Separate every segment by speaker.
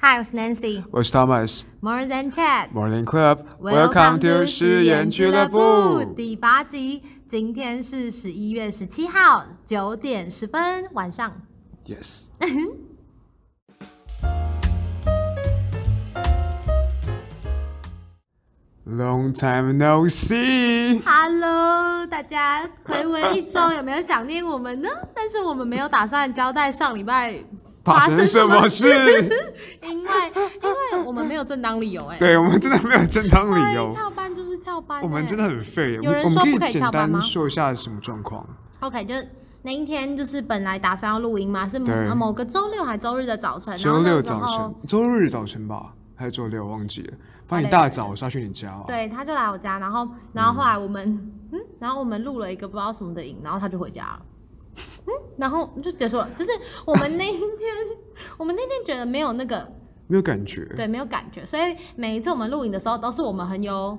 Speaker 1: Hi，我是 Nancy。
Speaker 2: 我是 Thomas。
Speaker 1: More than chat。
Speaker 2: Morning Club。
Speaker 1: 失言第八集。今天是十一月十七号九点十分晚上。
Speaker 2: Yes。Long time no see。
Speaker 1: Hello，大家回违一周，有没有想念我们呢？ 但是我们没有打算交代上礼拜
Speaker 2: 发生什么事，
Speaker 1: 因为因为我们没有正当理由哎、
Speaker 2: 对我们真的没有正当理由
Speaker 1: 哎，翘班就是翘班、哎
Speaker 2: 我们真的。很废。
Speaker 1: 有人
Speaker 2: 我们
Speaker 1: 说
Speaker 2: 我们
Speaker 1: 不可
Speaker 2: 可
Speaker 1: 以
Speaker 2: 以简
Speaker 1: 翘班吗
Speaker 2: 单说一下什么状况？
Speaker 1: OK，就是那一天就是本来打算要录音嘛，是某
Speaker 2: 对
Speaker 1: 呃某个周六还周日的早晨，然
Speaker 2: 周
Speaker 1: 后那
Speaker 2: 六
Speaker 1: 时
Speaker 2: 早
Speaker 1: 候
Speaker 2: 晨，周日早晨吧，还是周六忘记了。反
Speaker 1: 对
Speaker 2: 正一大早我是要去你家嘛。
Speaker 1: 对，他就来我家，然后然后后来我们嗯然后我们录了一个不知道什么的影，然后他就回家了。嗯，然后就结束了。就是我们那一天， 我们那天觉得没有那个
Speaker 2: 没有感觉，
Speaker 1: 对，没有感觉，所以每一次我们录影的时候，都是我们很有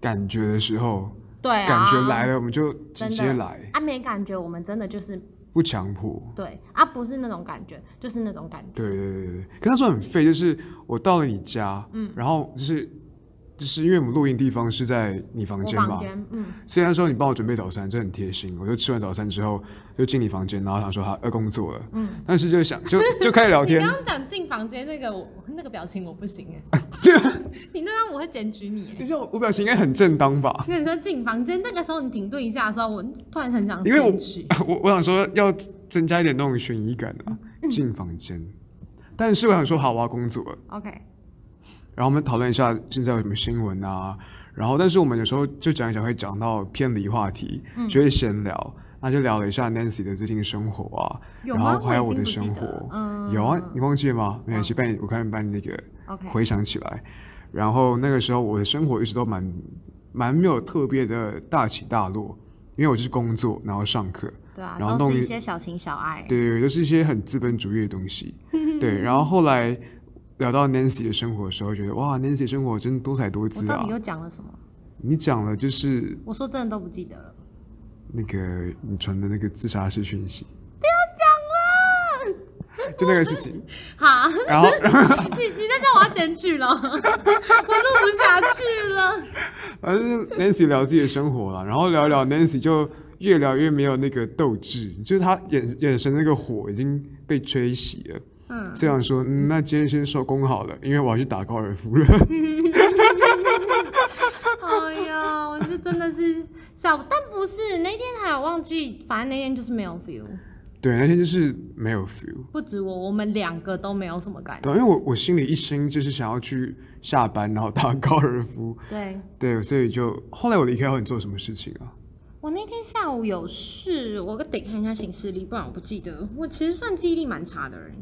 Speaker 2: 感觉的时候，
Speaker 1: 对啊，
Speaker 2: 感觉来了我们就直
Speaker 1: 真的
Speaker 2: 接来，
Speaker 1: 啊，没感觉，我们真的就是
Speaker 2: 不强迫。
Speaker 1: 对啊，不是那种感觉，就是那种感觉。
Speaker 2: 对对对对，对可那时候很废，就是我到了你家，嗯，然后就是就是因为我们录音地方是在你房
Speaker 1: 我
Speaker 2: 间嘛
Speaker 1: 房，间，嗯，
Speaker 2: 所以那时候你帮我准备早餐，这很贴心。我就吃完早餐之后就进你房间，然后想说他要工作了，嗯，但是就想 就就开始聊
Speaker 1: 你
Speaker 2: 天
Speaker 1: 刚，刚讲进房间那个我那个表情我不行 哎、你那张我会检举你
Speaker 2: 等
Speaker 1: 哎、
Speaker 2: 一下我表情应该很正当吧？
Speaker 1: 那你说进房间那个时候，你停顿一下的时候，我突然很想
Speaker 2: 因为我
Speaker 1: 检举。
Speaker 2: 我我想说要增加一点那种悬疑感啊，
Speaker 1: 嗯
Speaker 2: 进房间。但是我想说，好，我要工作了。
Speaker 1: OK，
Speaker 2: 然后我们讨论一下现在有什么新闻啊，然后但是我们有时候就讲一讲会讲到偏离话题，
Speaker 1: 嗯
Speaker 2: 就会闲聊，那就聊了一下 Nancy 的最近生活啊，
Speaker 1: 有
Speaker 2: 然
Speaker 1: 吗
Speaker 2: 后还有
Speaker 1: 我已
Speaker 2: 的
Speaker 1: 经
Speaker 2: 生
Speaker 1: 不记得
Speaker 2: 活，
Speaker 1: 嗯
Speaker 2: 有啊，你忘记了吗？没关系，帮你我看把你那个
Speaker 1: OK
Speaker 2: 回想起来。然后那个时候我的生活一直都蛮蛮没有特别的大起大落，因为我就是工作，然后上课，
Speaker 1: 对啊
Speaker 2: 然后，
Speaker 1: 都
Speaker 2: 弄
Speaker 1: 是一
Speaker 2: 一
Speaker 1: 些小情小爱。
Speaker 2: 对对，就是一些很资本主义的 东西。对，然后后来聊到 Nancy 的生活的时候，觉得哇，Nancy 的生活真多彩多
Speaker 1: 我
Speaker 2: 姿
Speaker 1: 到
Speaker 2: 啊
Speaker 1: 底！又讲了什么？
Speaker 2: 你讲了就是
Speaker 1: 我说真的都不记得了。
Speaker 2: 那个你传的那个自杀式讯息，不要讲了，就那个事情。
Speaker 1: 好，
Speaker 2: 然后， 然后
Speaker 1: 你你在叫我要检举了，我 录不下去了。
Speaker 2: 反正就是 Nancy 聊自己的生活了，然后聊一聊 Nancy 就越聊越没有那个斗志，就是她眼眼神那个火已经被吹熄了。
Speaker 1: 嗯，
Speaker 2: 这样说、嗯那今天先收工好了，因为我要去打高尔夫了。
Speaker 1: 哎呀，我是真的是笑，但不是那天还有忘记，反正那天就是没有 feel，
Speaker 2: 对，那天就是没有 feel。
Speaker 1: 不止我，我们两个都没有什么感觉。
Speaker 2: 对，因为我我心里一心就是想要去下班，然后打高尔夫。
Speaker 1: 对
Speaker 2: 对，所以就后来我离开后，你做什么事情啊？
Speaker 1: 我那天下午有事，我得看一下行事历，不然我不记得。我其实算记忆力蛮差的人，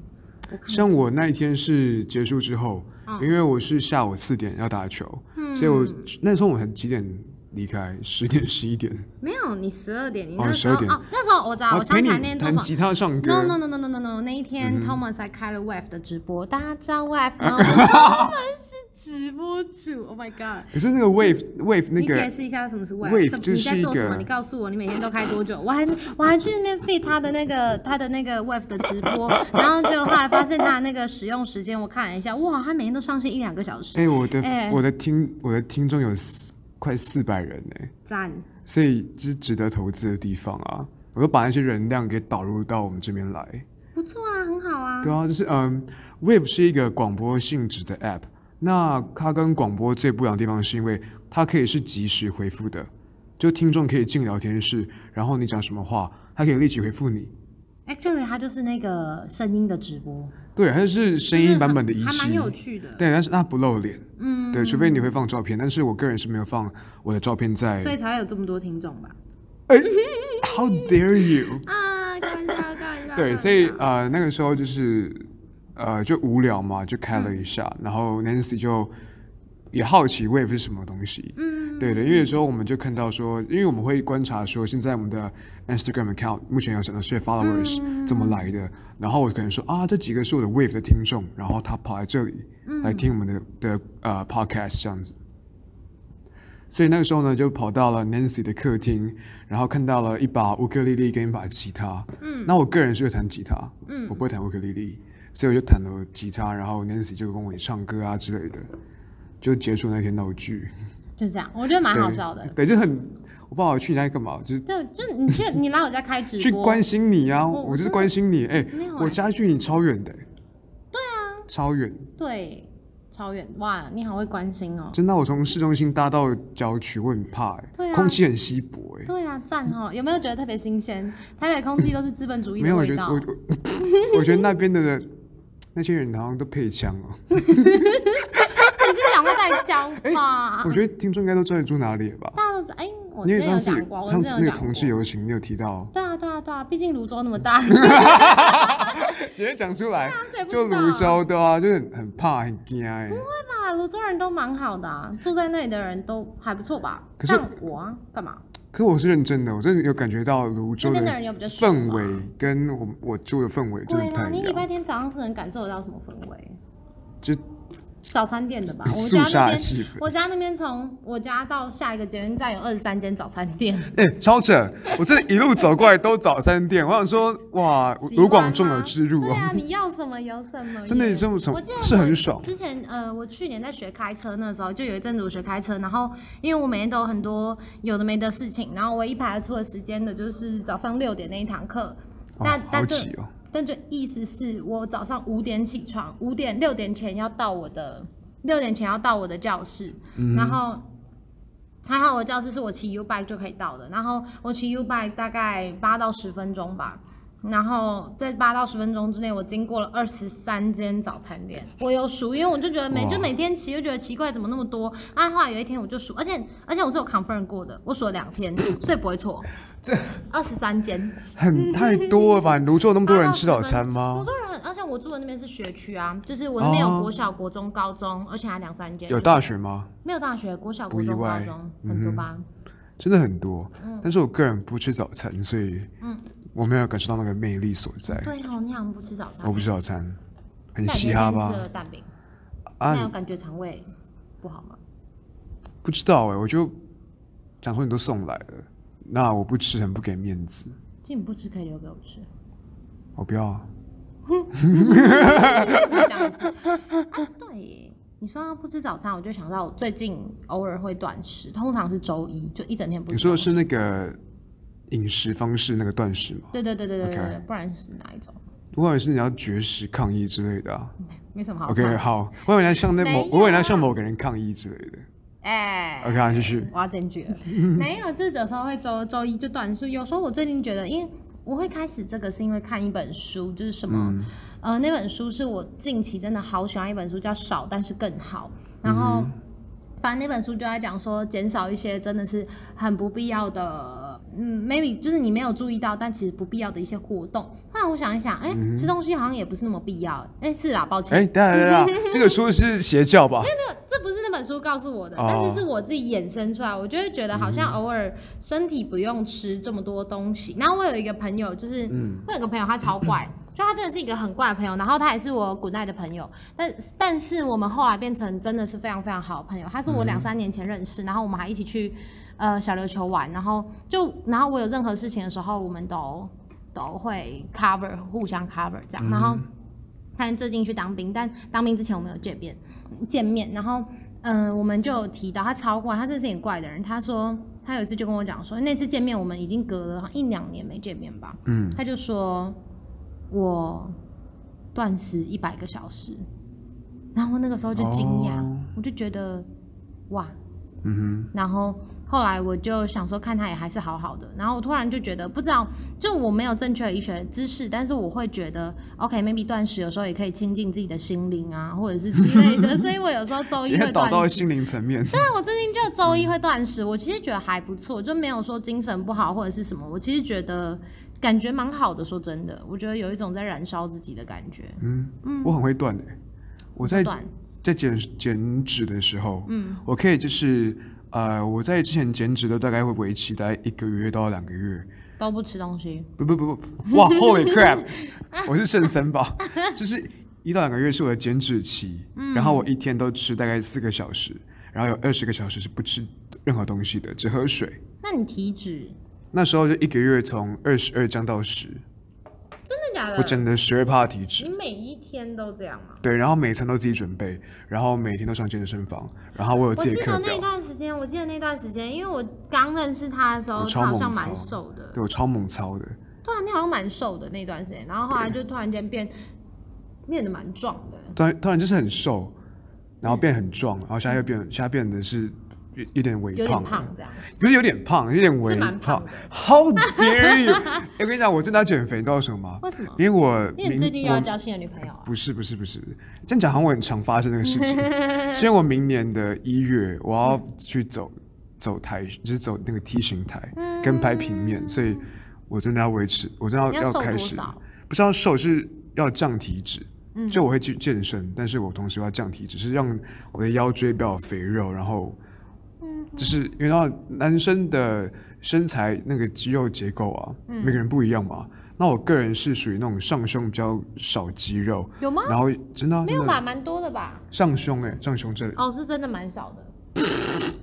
Speaker 1: 我看
Speaker 2: 像我那一天是结束之后，
Speaker 1: 嗯
Speaker 2: 因为我是下午四点要打球，所以我那时候我才几点离开？十点、十一点。
Speaker 1: 没有你十二点，你
Speaker 2: 哦
Speaker 1: 那时候
Speaker 2: 12点
Speaker 1: 哦，那时候我知道，我
Speaker 2: 然后陪
Speaker 1: 想起来那
Speaker 2: 你
Speaker 1: 天做
Speaker 2: 弹
Speaker 1: 什么。
Speaker 2: 吉他嗯唱
Speaker 1: No
Speaker 2: 歌。
Speaker 1: no no no no no no！那一天 Thomas 还开了 Wave 的直播，大家知道 Wave 吗？Thomas 是直播主，Oh my god！
Speaker 2: 可是那个 wave wave 那
Speaker 1: 你解
Speaker 2: 个
Speaker 1: 释一下什么是
Speaker 2: wave
Speaker 1: 什么
Speaker 2: 就
Speaker 1: 你在
Speaker 2: 是一
Speaker 1: 做什么？
Speaker 2: 个
Speaker 1: 你告诉我，你每天都开多久？我还我还去那边 fit 他的那个他的那个 wave 的直播，然后结果后来发现他的那个使用时间，我看了一下，哇，他每天都上线一两个小时，
Speaker 2: 哎，我的
Speaker 1: 哎
Speaker 2: 我的听我的听众有四快四百人呢，
Speaker 1: 赞！
Speaker 2: 所以就是值得投资的地方啊！我都把那些人量给导入到我们这边来。
Speaker 1: 不错啊，很好啊。
Speaker 2: 对啊，就是嗯，Wave 是一个广播性质的 App。那它跟广播最不一样的地方，是因为它可以是及时回复的，就听众可以进聊天室，然后你讲什么话，它可以立即回复你。
Speaker 1: Actually，他就是那个声音的直播，
Speaker 2: 对，它就是
Speaker 1: 就
Speaker 2: 声
Speaker 1: 是
Speaker 2: 音
Speaker 1: 很
Speaker 2: 版本的仪
Speaker 1: 还蛮
Speaker 2: 器。
Speaker 1: 有趣的。
Speaker 2: 对，但是它不露脸。
Speaker 1: 嗯，
Speaker 2: 对，除非你会放照片，但是我个人是没有放我的照片在
Speaker 1: 所。以才会有这么多听众吧？
Speaker 2: How dare you！
Speaker 1: 啊，开玩笑，开玩笑。
Speaker 2: 对，所以呃那个时候就是呃就无聊嘛，就开了一下，然后 Nancy 就也好奇 Wave 是什么东西，
Speaker 1: 嗯，
Speaker 2: 对的，因为有时候我们就看到说，因为我们会观察说，现在我们的 Instagram account 目前有哪些 followers 怎么来的，然后我可能说啊，这几个是我的 Wave 的听众，然后他跑来这里来听我们的的呃 podcast 这样子。所以那个时候呢，就跑到了 Nancy 的客厅，然后看到了一把乌克丽丽跟一把吉他。嗯，那我个人是会弹吉他，嗯，我不会弹乌克丽丽，所以我就弹了吉他，然后 Nancy 就跟我一起唱歌啊之类的，就结束那天闹剧。
Speaker 1: 就这样，我觉得蛮好
Speaker 2: 对
Speaker 1: 笑的。
Speaker 2: 对，就很我不好去你家干嘛，就是
Speaker 1: 就就你去 你来我家开直播，
Speaker 2: 去关心你啊，
Speaker 1: 我
Speaker 2: 我
Speaker 1: 真
Speaker 2: 就是
Speaker 1: 的
Speaker 2: 关心你。哎、
Speaker 1: 没有
Speaker 2: 我
Speaker 1: 欸
Speaker 2: 家距你超远的、对啊，超远。
Speaker 1: 对，超远哇！你好会关心哦。
Speaker 2: 真的，我从市中心搭到郊区，我很怕哎、
Speaker 1: 对啊
Speaker 2: 空气很稀薄哎、
Speaker 1: 对啊，赞哦！有没有觉得特别新鲜？台北空气都是资本主义
Speaker 2: 没有，
Speaker 1: 的
Speaker 2: 我觉
Speaker 1: 味
Speaker 2: 得
Speaker 1: 道
Speaker 2: 我。我 我觉得那边的那些人好像都配枪 哦、
Speaker 1: 你是讲过代交吧？
Speaker 2: 哎我觉得听众应该都知道你住哪里了吧？
Speaker 1: 大家都知哎，我之
Speaker 2: 因为
Speaker 1: 前有
Speaker 2: 上次
Speaker 1: 讲过，我
Speaker 2: 上
Speaker 1: 之
Speaker 2: 次
Speaker 1: 前
Speaker 2: 那
Speaker 1: 有
Speaker 2: 个
Speaker 1: 讲
Speaker 2: 同
Speaker 1: 过。
Speaker 2: 志游行，你有提到，
Speaker 1: 对啊，对啊，对啊，毕竟泸州那么大，
Speaker 2: 直接讲出来，
Speaker 1: 谁不
Speaker 2: 就
Speaker 1: 知道
Speaker 2: 泸州对啊，就是很很怕很惊哎、
Speaker 1: 啊，泸州人都蛮好的、啊，住在那里的人都还不错吧？
Speaker 2: 可是
Speaker 1: 像我啊，干嘛？
Speaker 2: 可我是认真的，我真的有感觉到泸
Speaker 1: 那
Speaker 2: 州
Speaker 1: 边的
Speaker 2: 的
Speaker 1: 人又比较熟
Speaker 2: 氛
Speaker 1: 嘛
Speaker 2: 围跟我我住的氛围真的
Speaker 1: 对
Speaker 2: 不
Speaker 1: 啦，
Speaker 2: 太一
Speaker 1: 你礼拜
Speaker 2: 样，
Speaker 1: 天早上是能感受得到什么氛围？
Speaker 2: 就
Speaker 1: 早餐店 的吧，我
Speaker 2: 肃
Speaker 1: 家那
Speaker 2: 杀的
Speaker 1: 边，
Speaker 2: 气氛。
Speaker 1: 我家那边从我家到下一个捷运站有二十三间早餐店，
Speaker 2: 哎、超扯！我这一路走过来都早餐店，我想说，哇，
Speaker 1: 喜
Speaker 2: 卢
Speaker 1: 欢
Speaker 2: 广仲有
Speaker 1: 吗
Speaker 2: 之路
Speaker 1: 对
Speaker 2: 哦、
Speaker 1: 啊，你要什么有什么耶，
Speaker 2: 真的这么爽
Speaker 1: 我记得
Speaker 2: 是
Speaker 1: 我
Speaker 2: 很爽
Speaker 1: 之前呃，我去年在学开车那时候，就有一阵子我学开车，然后因为我每天都有很多有的没的事情，然后唯一排得出的时间的就是早上六点那一堂课。那
Speaker 2: 哦，
Speaker 1: 那
Speaker 2: 好
Speaker 1: 就
Speaker 2: 挤哦、
Speaker 1: 但就意思是我早上五点起床，五点六点前要到我的六点前要到我的教室，然后还好我教室是我骑 U bike 就可以到的，然后我骑 U bike 大概八到十分钟吧。然后在八到十分钟之内，我经过了二十三间早餐店，我有数，因为我就觉得每
Speaker 2: 哇
Speaker 1: 就每天骑就觉得奇怪，怎么那么多？啊，后来有一天我就数，而且而且我是有 confirm 过的，我数了两天，所以不会错，
Speaker 2: 这
Speaker 1: 二十三间。
Speaker 2: 很太多 了吧？泸州有那么多人吃
Speaker 1: 八到
Speaker 2: 早
Speaker 1: 十分
Speaker 2: 餐
Speaker 1: 泸
Speaker 2: 吗？
Speaker 1: 州人很，而且我住的那边是学区啊，就是我那边有
Speaker 2: 哦
Speaker 1: 国小、国中、高中，而且还两三间。
Speaker 2: 有大学吗？
Speaker 1: 没有大学？国小、
Speaker 2: 不
Speaker 1: 国
Speaker 2: 意
Speaker 1: 中、高
Speaker 2: 外
Speaker 1: 中
Speaker 2: 嗯
Speaker 1: 很多吧？
Speaker 2: 真的很多，但是我个人不吃早餐，所以
Speaker 1: 嗯
Speaker 2: 我没有感受到那个魅力所在。
Speaker 1: 对哦，你好像不吃早餐
Speaker 2: 哎我，不吃早餐，很
Speaker 1: 那你
Speaker 2: 嘻
Speaker 1: 那
Speaker 2: 哈
Speaker 1: 天吃
Speaker 2: 吧
Speaker 1: 了？蛋饼，那有
Speaker 2: 啊，
Speaker 1: 感觉肠胃不好吗？
Speaker 2: 不知道哎、我就想说你都送来了，那我不吃很不给面子，
Speaker 1: 其实你不吃可以留给我 吃。
Speaker 2: 我不要啊。
Speaker 1: 我想也是啊，对耶，你说到不吃早餐，我就想到我最近偶尔会断食，通常是周一，就一整天不吃。
Speaker 2: 你说的是那个饮食方式那个断食吗？
Speaker 1: 对？对对对对对对
Speaker 2: OK
Speaker 1: 不然是哪一种？
Speaker 2: 我以为是你要绝食抗议之类的、啊。
Speaker 1: 没什么好看。
Speaker 2: OK，好，我以为你要向那
Speaker 1: 没
Speaker 2: 某，
Speaker 1: 有
Speaker 2: 我以为你要向
Speaker 1: 啊
Speaker 2: 某个人抗议之类的。
Speaker 1: 哎
Speaker 2: OK，好继续。
Speaker 1: 我要检举了。没有，就是有时候会周周一就断食。有时候我最近觉得，因为我会开始这个是因为看一本书，就是什么、呃，那本书是我近期真的好喜欢一本书，叫《少但是更好》，然后。反正那本书就在讲说，减少一些真的是很不必要的，嗯，maybe 就是你没有注意到，但其实不必要的一些活动。后来我想一想，哎、吃东西好像也不是那么必要，哎、是啦，抱歉。
Speaker 2: 哎，等一下等一下 等一下，这个书是邪教吧？
Speaker 1: 这不是那本书告诉我的，
Speaker 2: 哦
Speaker 1: 但是是我自己衍生出来，我就会觉得好像偶尔身体不用吃这么多东西。然后我有一个朋友，就是、我有一个朋友，他超怪，就他真的是一个很怪的朋友，然后他也是我古代的朋友，但但是我们后来变成真的是非常非常好的朋友。他是我两三年前认识，然后我们还一起去呃小琉球玩，然后就然后我有任何事情的时候，我们都都会 cover 互相 cover 这样，然后。他最近去当兵，但当兵之前我们有见面，见面，然后嗯、呃我们就有提到他超怪，他真的是很怪的人。他说他有一次就跟我讲说，那次见面我们已经隔了一两年没见面吧，
Speaker 2: 嗯，
Speaker 1: 他就说我断食一百个小时，然后那个时候就惊讶，
Speaker 2: 哦
Speaker 1: 我就觉得哇，
Speaker 2: 嗯
Speaker 1: 然后后来我就想说，看他也还是好好的。然后我突然就觉得，不知道，就我没有正确的医学知识，但是我会觉得，OK，maybe、断食有时候也可以亲近自己的心灵啊，或者是之类的。所以我有时候周
Speaker 2: 哼，
Speaker 1: 一
Speaker 2: 直
Speaker 1: 会
Speaker 2: 接导到
Speaker 1: 哦断食。
Speaker 2: 心灵层面。
Speaker 1: 但我最近就周一会断食，我其实觉得还不错，就没有说精神不好或者是什么。我其实觉得感觉蛮好的，说真的，我觉得有一种在燃烧自己的感觉。
Speaker 2: 嗯，我很会断的。我在
Speaker 1: 断，
Speaker 2: 在减减脂的时候，
Speaker 1: 嗯，
Speaker 2: 我可以就是呃，我在之前减脂的大概会维持大概一个月到两个月。
Speaker 1: 都不吃东西，
Speaker 2: 不不 不不，哇，Holy crap！我是圣僧吧？就是一到两个月是我的减脂期，
Speaker 1: 嗯
Speaker 2: 然后我一天都吃大概四个小时，然后有二十个小时是不吃任何东西的，只喝水。
Speaker 1: 那你体脂
Speaker 2: 那时候就一个月从二十二降到十，
Speaker 1: 真的假的？
Speaker 2: 我整的十二趴体脂
Speaker 1: 你。每一天都这样吗？
Speaker 2: 对，然后每餐都自己准备，然后每天都上健身房，然后我有
Speaker 1: 我
Speaker 2: 自己
Speaker 1: 记
Speaker 2: 的
Speaker 1: 得
Speaker 2: 课
Speaker 1: 那
Speaker 2: 表，
Speaker 1: 段时间，我记得那段时间，因为我刚认识他的时候，
Speaker 2: 我
Speaker 1: 他
Speaker 2: 超
Speaker 1: 好
Speaker 2: 猛
Speaker 1: 像
Speaker 2: 操
Speaker 1: 蛮瘦的，
Speaker 2: 对我超猛操的。
Speaker 1: 对啊，你好像蛮瘦的那段时间，然后后来就突然间变变得蛮壮的，
Speaker 2: 突然突然就是很瘦，然后
Speaker 1: 嗯
Speaker 2: 变很壮，然后现在又变，现在变得是有有点微
Speaker 1: 有点
Speaker 2: 胖，
Speaker 1: 胖这样。
Speaker 2: 不是有点胖，有点微
Speaker 1: 是蛮胖的
Speaker 2: How dare you！哎我跟你讲，我正在减肥，你知道为什么吗？
Speaker 1: 为什么
Speaker 2: 因为我
Speaker 1: 因为你
Speaker 2: 明
Speaker 1: 最近又要
Speaker 2: 我
Speaker 1: 交新的女朋友啊？
Speaker 2: 不是不是不是，这样讲好像我很常发生这个事 情。是因为我明年的一月我要去走走台，就是走那个梯形台跟拍平面，所以我真的要维持，我真的
Speaker 1: 你嗯
Speaker 2: 要
Speaker 1: 要瘦
Speaker 2: 开
Speaker 1: 多
Speaker 2: 始
Speaker 1: 少，
Speaker 2: 不是要瘦，是要降体脂。
Speaker 1: 嗯
Speaker 2: 就我会去健身，但是我同时要降体脂，是让我的腰椎不要有肥肉，然后，
Speaker 1: 嗯
Speaker 2: 就是因为到男生的身材那个肌肉结构啊，
Speaker 1: 嗯
Speaker 2: 每个人不一样嘛。那我个人是属于那种上胸比较少肌肉，
Speaker 1: 有吗？
Speaker 2: 然后真的啊、
Speaker 1: 没有
Speaker 2: 真的
Speaker 1: 吧，蛮多的吧？
Speaker 2: 上胸哎、上胸这里，
Speaker 1: 哦，是真的蛮少的。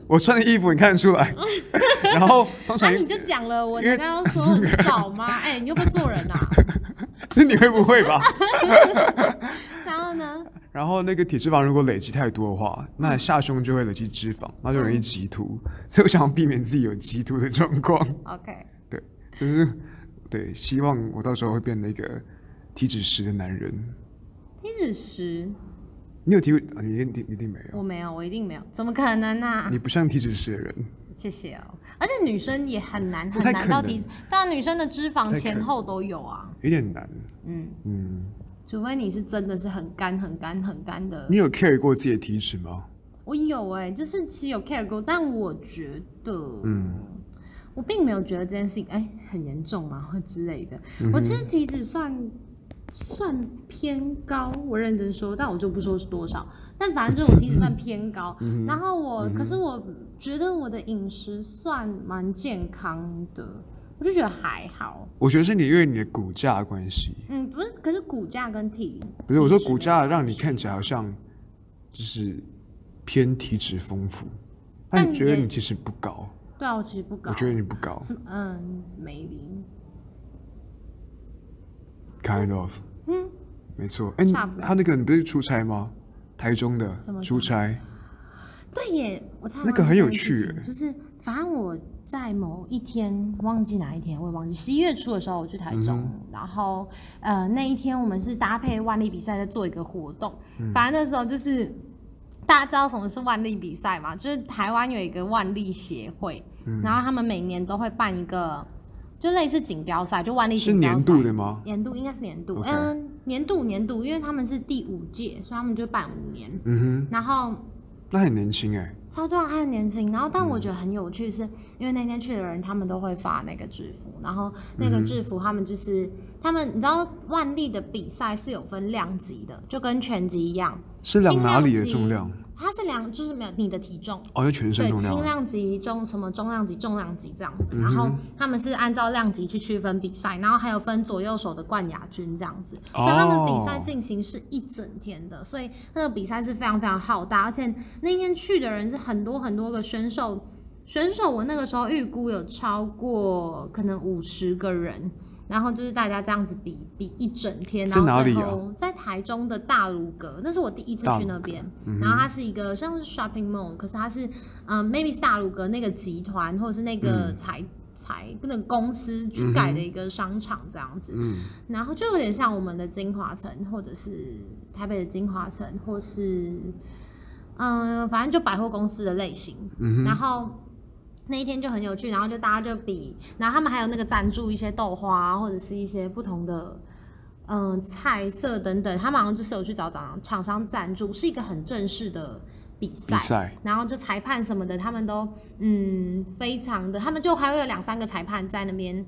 Speaker 2: 我穿的衣服你看得出来。 然后通
Speaker 1: 那
Speaker 2: 常
Speaker 1: 你就讲了，我
Speaker 2: 因为
Speaker 1: 难道说很 少吗？哎，你又不做人啊？
Speaker 2: 是你会不会吧？
Speaker 1: 然后 呢？
Speaker 2: 然后那个体脂肪如果累积太多的话，那下胸就会累积脂肪，那就容易急凸。所以我想要避免自己有急凸的状况。
Speaker 1: OK，
Speaker 2: 对，就是对，希望我到时候会变成一个体脂十的男人。
Speaker 1: 体脂十
Speaker 2: 你有体会？啊你一定你一定没有。
Speaker 1: 我没有，我一定没有，怎么可能呢、啊？
Speaker 2: 你不像体脂十的人，
Speaker 1: 谢谢哦。而且女生也很难
Speaker 2: 不
Speaker 1: 很
Speaker 2: 太
Speaker 1: 难
Speaker 2: 可
Speaker 1: 到
Speaker 2: 能
Speaker 1: 体脂，当然女生的脂肪
Speaker 2: 太可
Speaker 1: 前
Speaker 2: 能
Speaker 1: 后都有啊，
Speaker 2: 有点难。
Speaker 1: 嗯，
Speaker 2: 嗯，
Speaker 1: 除非你是真的是很干很干很干的。
Speaker 2: 你有 care 过自己的体脂吗？
Speaker 1: 我有哎、就是其实有 care 过，但我觉得，嗯，我并没有觉得这件事情哎、很严重嘛 或之类的。
Speaker 2: 嗯
Speaker 1: 我其实体脂算算偏高，我认真说，但我就不说是多少，但反正就是我体脂算偏高。
Speaker 2: 嗯
Speaker 1: 然后我，可是我觉得我的饮食算蛮健康的，我就觉得还好。
Speaker 2: 我觉得是你因为你的骨架的关系。
Speaker 1: 嗯，不是，可是骨架跟体
Speaker 2: 不是，我说
Speaker 1: 体脂
Speaker 2: 骨
Speaker 1: 没
Speaker 2: 架
Speaker 1: 有
Speaker 2: 让你看起来好像就是偏体脂丰富，
Speaker 1: 但
Speaker 2: 但你觉得
Speaker 1: 也
Speaker 2: 你其实不高，
Speaker 1: 对啊，我其实不高，
Speaker 2: 我觉得你不高
Speaker 1: 是嗯，maybe，
Speaker 2: ，kind of，
Speaker 1: 嗯。
Speaker 2: 没错。哎，你
Speaker 1: 差不多
Speaker 2: 他那个你不是出差吗？台中的
Speaker 1: 什么
Speaker 2: 出
Speaker 1: 差
Speaker 2: 差，
Speaker 1: 对耶，我差点
Speaker 2: 那个
Speaker 1: 忘记
Speaker 2: 很
Speaker 1: 这
Speaker 2: 有
Speaker 1: 件事
Speaker 2: 趣
Speaker 1: 情
Speaker 2: 耶
Speaker 1: 就是反正我在某一天忘记哪一天，我也忘记十一月初的时候我去台中，
Speaker 2: 嗯
Speaker 1: 然后呃那一天我们是搭配万力比赛在做一个活动，
Speaker 2: 嗯
Speaker 1: 反正那时候就是。大家知道什么是万力比赛吗？就是台湾有一个万力协会，
Speaker 2: 嗯
Speaker 1: 然后他们每年都会办一个，就类似锦标赛，就万力
Speaker 2: 是
Speaker 1: 锦标
Speaker 2: 年
Speaker 1: 赛
Speaker 2: 度的吗？
Speaker 1: 年度应该是年度，
Speaker 2: OK
Speaker 1: 嗯，年度年度，因为他们是第五届，所以他们就办五年，
Speaker 2: 嗯
Speaker 1: 然后
Speaker 2: 哼，那很年轻哎，
Speaker 1: 超多人还很年轻，然后但
Speaker 2: 嗯
Speaker 1: 我觉得很有趣是，因为那天去的人他们都会发那个制服，然后那
Speaker 2: 嗯
Speaker 1: 个制服他们就是、他们，你知道万历的比赛是有分量级的，就跟拳击一样，
Speaker 2: 是量
Speaker 1: 轻
Speaker 2: 哪里的
Speaker 1: 级
Speaker 2: 重量？？
Speaker 1: 它是量就是没有你的体重，
Speaker 2: 哦，就全身
Speaker 1: 对，
Speaker 2: 重
Speaker 1: 轻
Speaker 2: 量。嗯
Speaker 1: 量级、中什么中量级、重量级这样子，然后他们是按照量级去区分比赛，然后还有分左右手的冠亚军这样子，所以他们比赛
Speaker 2: 哦
Speaker 1: 进行是一整天的，所以那个比赛是非常非常浩大，而且那天去的人是很多很多个选手，选手我那个时候预估有超过可能五十个人。然后就是大家这样子比比一整天，然
Speaker 2: 在
Speaker 1: 后
Speaker 2: 哪
Speaker 1: 最
Speaker 2: 里啊
Speaker 1: 后在台中的大鲁阁，那是我第一次
Speaker 2: 大
Speaker 1: 去
Speaker 2: 鲁
Speaker 1: 那边。然后它是一个像是 shopping mall，可是它是嗯、m a y b e 是大鲁阁那个集团或者是那个财财、那个公司去盖的一个商场这样子，
Speaker 2: 嗯，
Speaker 1: 然后就有点像我们的金华城或者是台北的金华城，或是嗯、反正就百货公司的类型，
Speaker 2: 嗯
Speaker 1: 然后。那一天就很有趣，然后就大家就比，然后他们还有那个赞助一些豆花啊或者是一些不同的嗯、菜色等等，他们好像就是有去找厂厂商赞助，是一个很正式的比
Speaker 2: 比
Speaker 1: 赛。
Speaker 2: 赛
Speaker 1: 然后就裁判什么的，他们都嗯非常的，他们就还会有两三个裁判在那边。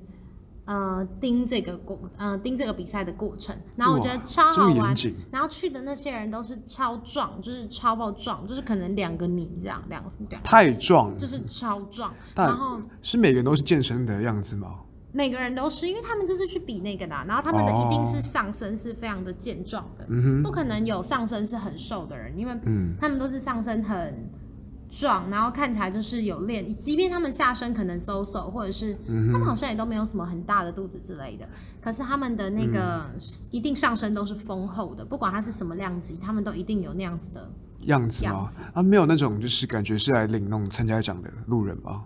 Speaker 1: 呃，盯这个过，呃，盯这个比赛的过程，然后我觉得
Speaker 2: 哇
Speaker 1: 超
Speaker 2: 这
Speaker 1: 好
Speaker 2: 么
Speaker 1: 玩
Speaker 2: 严谨。
Speaker 1: 然后去的那些人都是超壮，就是超爆壮，就是可能两个你这样，两两
Speaker 2: 太壮，
Speaker 1: 就是超壮。然
Speaker 2: 嗯但
Speaker 1: 后
Speaker 2: 是每个人都是健身的样子吗？
Speaker 1: 每个人都是，因为他们就是去比那个的啊、然后他们的一定是
Speaker 2: 哦
Speaker 1: 上身是非常的健壮的，
Speaker 2: 嗯哼，
Speaker 1: 不可能有上身是很瘦的人，因为
Speaker 2: 嗯
Speaker 1: 他们都是上身很壮，然后看起来就是有练，即便他们下身可能 so so，或者是
Speaker 2: 嗯
Speaker 1: 他们好像也都没有什么很大的肚子之类的，可是他们的那个
Speaker 2: 嗯
Speaker 1: 一定上身都是丰厚的，不管它是什么量级，他们都一定有那样子的。
Speaker 2: 样子吗
Speaker 1: 样子？
Speaker 2: 啊，没有那种就是感觉是来领那种参加奖的路人吧？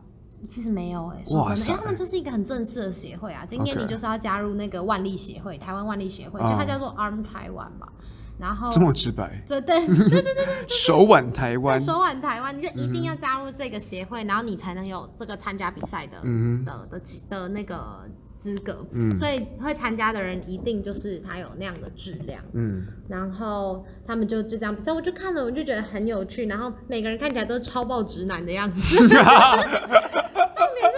Speaker 1: 其实没有哎、欸，说
Speaker 2: 哇
Speaker 1: 真的，
Speaker 2: 塞
Speaker 1: 因为他们就是一个很正式的协会啊。今年
Speaker 2: OK
Speaker 1: 你就是要加入那个万力协会，台湾万力协会，就
Speaker 2: 啊
Speaker 1: 它叫做 Arm 台湾吧。然后
Speaker 2: 这么直白，
Speaker 1: 对 对对对对
Speaker 2: 手挽台
Speaker 1: 对，
Speaker 2: 湾，
Speaker 1: 说完台湾，你就一定要加入这个协会，然后你才能有这个参加比赛的、
Speaker 2: 嗯
Speaker 1: 的的资的那个资格。
Speaker 2: 嗯
Speaker 1: 所以会参加的人一定就是他有那样的质量。
Speaker 2: 嗯，
Speaker 1: 然后他们就就这样比赛，我就看了，我就觉得很有趣。然后每个人看起来都超爆直男的样子。 重点是这个，就是每个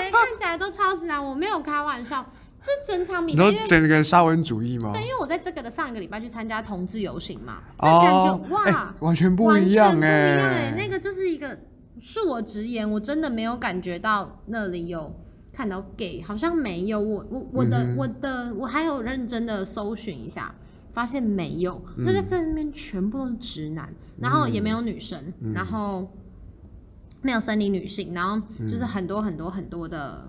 Speaker 1: 人看起来都超直男，啊我没有开玩笑。这整场比
Speaker 2: 你
Speaker 1: 赛，
Speaker 2: 说
Speaker 1: 因为
Speaker 2: 整个沙文主义吗？
Speaker 1: 对，因为我在这个的上一个礼拜去参加同志游行嘛，那感
Speaker 2: 哦
Speaker 1: 觉，哇，
Speaker 2: 哎完全不一
Speaker 1: 完全
Speaker 2: 样
Speaker 1: 不一样哎、
Speaker 2: 哎，
Speaker 1: 那个就是一个，恕我直言，我真的没有感觉到那里有看到 gay，好像没有。我我我的、
Speaker 2: 嗯哼
Speaker 1: 我的我还有认真的搜寻一下，发现没有，
Speaker 2: 嗯
Speaker 1: 就在这里面全部都是直男，然后也没有女生，
Speaker 2: 嗯
Speaker 1: 然后没有生理女性，然后就是
Speaker 2: 嗯
Speaker 1: 很多很多很多的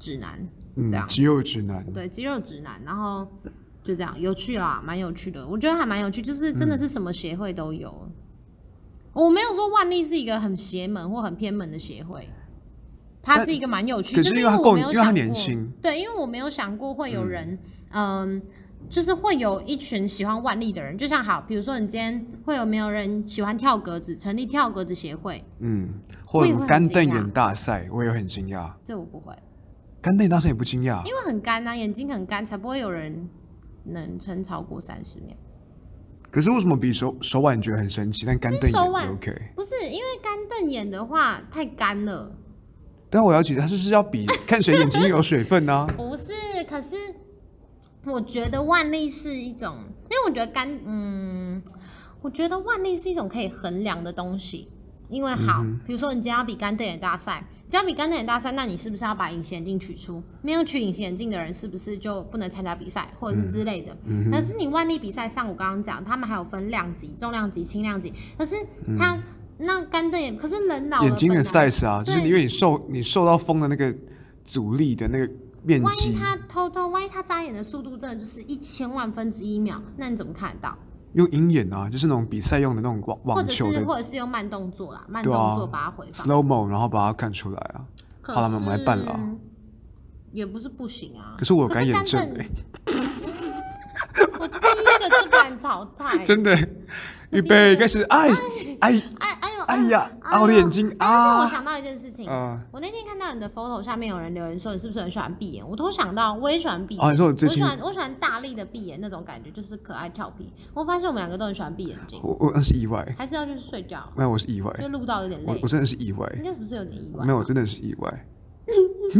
Speaker 1: 直男，这
Speaker 2: 嗯
Speaker 1: 样，
Speaker 2: 肌肉直男，
Speaker 1: 对，肌肉直男，然后。就这样，有趣啊，蛮有趣的，我觉得还蛮有趣，就是
Speaker 2: 嗯
Speaker 1: 真的是什么协会都有。我没有说万历是一个很邪门或很偏门的协会，它
Speaker 2: 但
Speaker 1: 是一个蛮有趣，
Speaker 2: 可
Speaker 1: 就是是
Speaker 2: 因为它
Speaker 1: 我
Speaker 2: 够
Speaker 1: 没有
Speaker 2: 因为它
Speaker 1: 想
Speaker 2: 年
Speaker 1: 过
Speaker 2: 轻，
Speaker 1: 对，因为我没有想过会有人，嗯。就是会有一群喜欢万历的人，就像好，比如说你今天会有没有人喜欢跳格子，成立跳格子协会？
Speaker 2: 嗯，或者
Speaker 1: 我
Speaker 2: 什
Speaker 1: 也会
Speaker 2: 么
Speaker 1: 很
Speaker 2: 干瞪
Speaker 1: 惊讶
Speaker 2: 眼大赛，我也很惊讶，
Speaker 1: 这我不会，
Speaker 2: 干瞪眼大赛也不惊讶
Speaker 1: 因，为很干啊，眼睛很干，才不会有人能撑超过三十秒。
Speaker 2: 可是为什么比手手腕你觉得很神奇，但干瞪
Speaker 1: 手
Speaker 2: 眼
Speaker 1: 腕
Speaker 2: 也 OK？
Speaker 1: 不是因为干瞪眼的话太干了，
Speaker 2: 但我了解，他就是 要比看谁眼睛有水分啊。
Speaker 1: 不是，可是我觉得万历是一种，因为我觉得干，嗯，我觉得万历是一种可以衡量的东西。因为好，
Speaker 2: 嗯
Speaker 1: 比如说你今天要比干瞪眼大赛，今天要比干瞪眼大赛，那你是不是要把隐形眼镜取出？没有取隐形眼镜的人是不是就不能参加比赛，或者是之类的？
Speaker 2: 嗯
Speaker 1: 可是你万历比赛，像我刚刚讲，他们还有分量级、重量级、轻量级。可是他、那干瞪眼，可是人老了
Speaker 2: 嗯眼睛
Speaker 1: 本
Speaker 2: 的
Speaker 1: 来
Speaker 2: size 啊，就是
Speaker 1: 对
Speaker 2: 你因为你受你受到风的那个阻力的那个面
Speaker 1: 万一
Speaker 2: 积，
Speaker 1: 他偷偷，万一他眨眼的速度真的就是一千万分之一秒，那你怎么看得到？
Speaker 2: 用鹰眼啊，就是那种比赛用的那种网
Speaker 1: 或
Speaker 2: 网
Speaker 1: 者
Speaker 2: 球
Speaker 1: 是
Speaker 2: 的
Speaker 1: 或者是用慢动作啦，慢
Speaker 2: 对
Speaker 1: 动
Speaker 2: 啊
Speaker 1: 作把它回放。
Speaker 2: slow mo，然后把它看出来啊。
Speaker 1: 可
Speaker 2: 好了我们来办了啊
Speaker 1: 是也不是不行啊。
Speaker 2: 可是我有干眼症
Speaker 1: 可
Speaker 2: 哎。
Speaker 1: 是、我第一个就敢淘汰
Speaker 2: 真的欸。预备，开始，哎哎
Speaker 1: 哎哎呦！
Speaker 2: 哎呀，
Speaker 1: 呦
Speaker 2: 啊我的眼睛
Speaker 1: 哎但是我
Speaker 2: 啊，
Speaker 1: 想到一件事情，
Speaker 2: 啊
Speaker 1: 我那天看到你的 photo 下面有人留言说你是不是很喜欢闭眼，我突然想到我也喜欢闭眼。
Speaker 2: 哦你说我最近
Speaker 1: 喜欢我喜欢大力的闭眼那种感觉，就是可爱俏皮。我发现我们两个都很喜欢闭眼睛，
Speaker 2: 啊我我那是意外，
Speaker 1: 还是要去睡觉。啊
Speaker 2: 那我是意外，
Speaker 1: 就录到有点
Speaker 2: 我
Speaker 1: 累
Speaker 2: 我，真的是意外。
Speaker 1: 应该不是有点意外吧？
Speaker 2: 没有，真的是意外。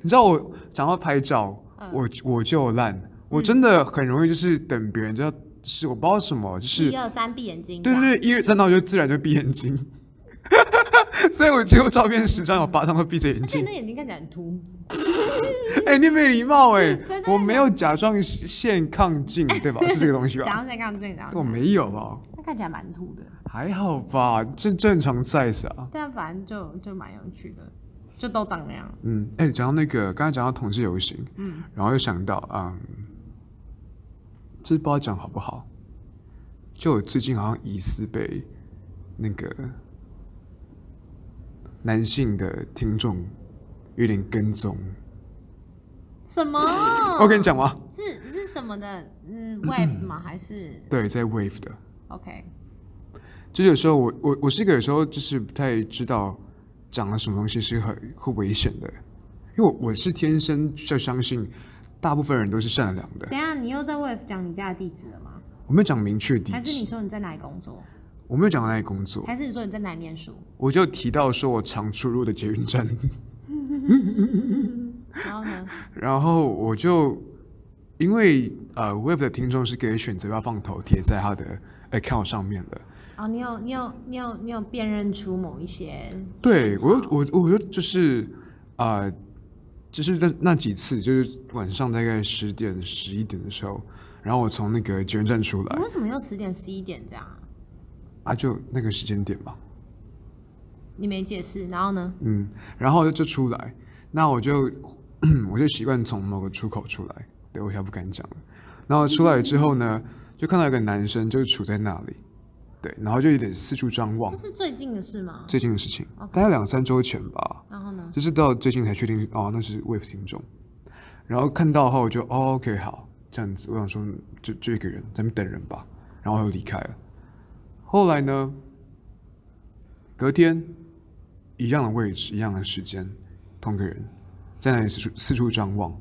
Speaker 2: 你知道我讲到拍照，我我就烂，我真的很容易就是等别人就要，就是我不知道什么，就是
Speaker 1: 一二三，闭眼睛。这
Speaker 2: 对
Speaker 1: 样，
Speaker 2: 对对，一二三，然后就自然就闭眼睛。 所以我只有照片十张，有八张都闭着眼
Speaker 1: 而且
Speaker 2: 睛
Speaker 1: 你。的眼睛看起来很 凸，
Speaker 2: 哎、你没礼貌哎、
Speaker 1: 真的
Speaker 2: 我没有甲状腺亢进，对吧？哦是这个东西
Speaker 1: 讲
Speaker 2: 吧？
Speaker 1: 到这看这里，讲
Speaker 2: 我没有啊，
Speaker 1: 那看起来蛮凸的。
Speaker 2: 还好吧，正正常 size 啊。
Speaker 1: 但反正就就蛮有趣的，就都长那样。
Speaker 2: 嗯，哎、讲到那个，刚才讲到同志游行，
Speaker 1: 嗯，
Speaker 2: 然后又想到，嗯，这不知道讲好不好。就我最近好像疑似被那个男性的听众有点跟踪，
Speaker 1: 什么？
Speaker 2: 我跟你讲吗？
Speaker 1: 是是什么的？嗯，wave 吗？还是
Speaker 2: 对，在 Wave 的，
Speaker 1: OK？
Speaker 2: 就是有时候我我我是一个有时候就是不太知道讲了什么东西是很会危险的，因为我我是天生就相信大部分人都是善良的
Speaker 1: 等，一下你又在 wave 讲你家的地址了吗？
Speaker 2: 我没有讲明确地
Speaker 1: 还是
Speaker 2: 址
Speaker 1: 你，说你在哪里工作？
Speaker 2: 我没有讲到那里工作，
Speaker 1: 还是你说你在哪里念书？
Speaker 2: 我就提到说我常出入的捷运站，
Speaker 1: 然后呢？
Speaker 2: 然后我就因为呃 Web 的听众是可以选择要放头贴在他的 account 上面的，
Speaker 1: 哦，你有你有你有你有辨认出某一些
Speaker 2: 对我又我我又就是啊、呃就是那那几次就是晚上大概十点十一点的时候，然后我从那个捷运站出来
Speaker 1: 你，为什么又十点十一点这样啊？
Speaker 2: 啊，就那个时间点吧，
Speaker 1: 你没解释，然后呢？
Speaker 2: 嗯，然后就出来，那我就我就习惯从某个出口出来，对我现在不敢讲了。然后出来之后呢，就看到一个男生就杵在那里，对，然后就有点四处张望
Speaker 1: 这，是最近的事吗？
Speaker 2: 哦最近的事情，大概两三周前吧，
Speaker 1: 然后呢？
Speaker 2: 就是到最近才确定哦，那是 Wave 听众。然后看到后我就哦 OK 好这样子，我想说嗯就就一个人，咱们等人吧，然后又离开了。后来呢，隔天一样的位置，一样的时间，同个人在那里四处四处张望，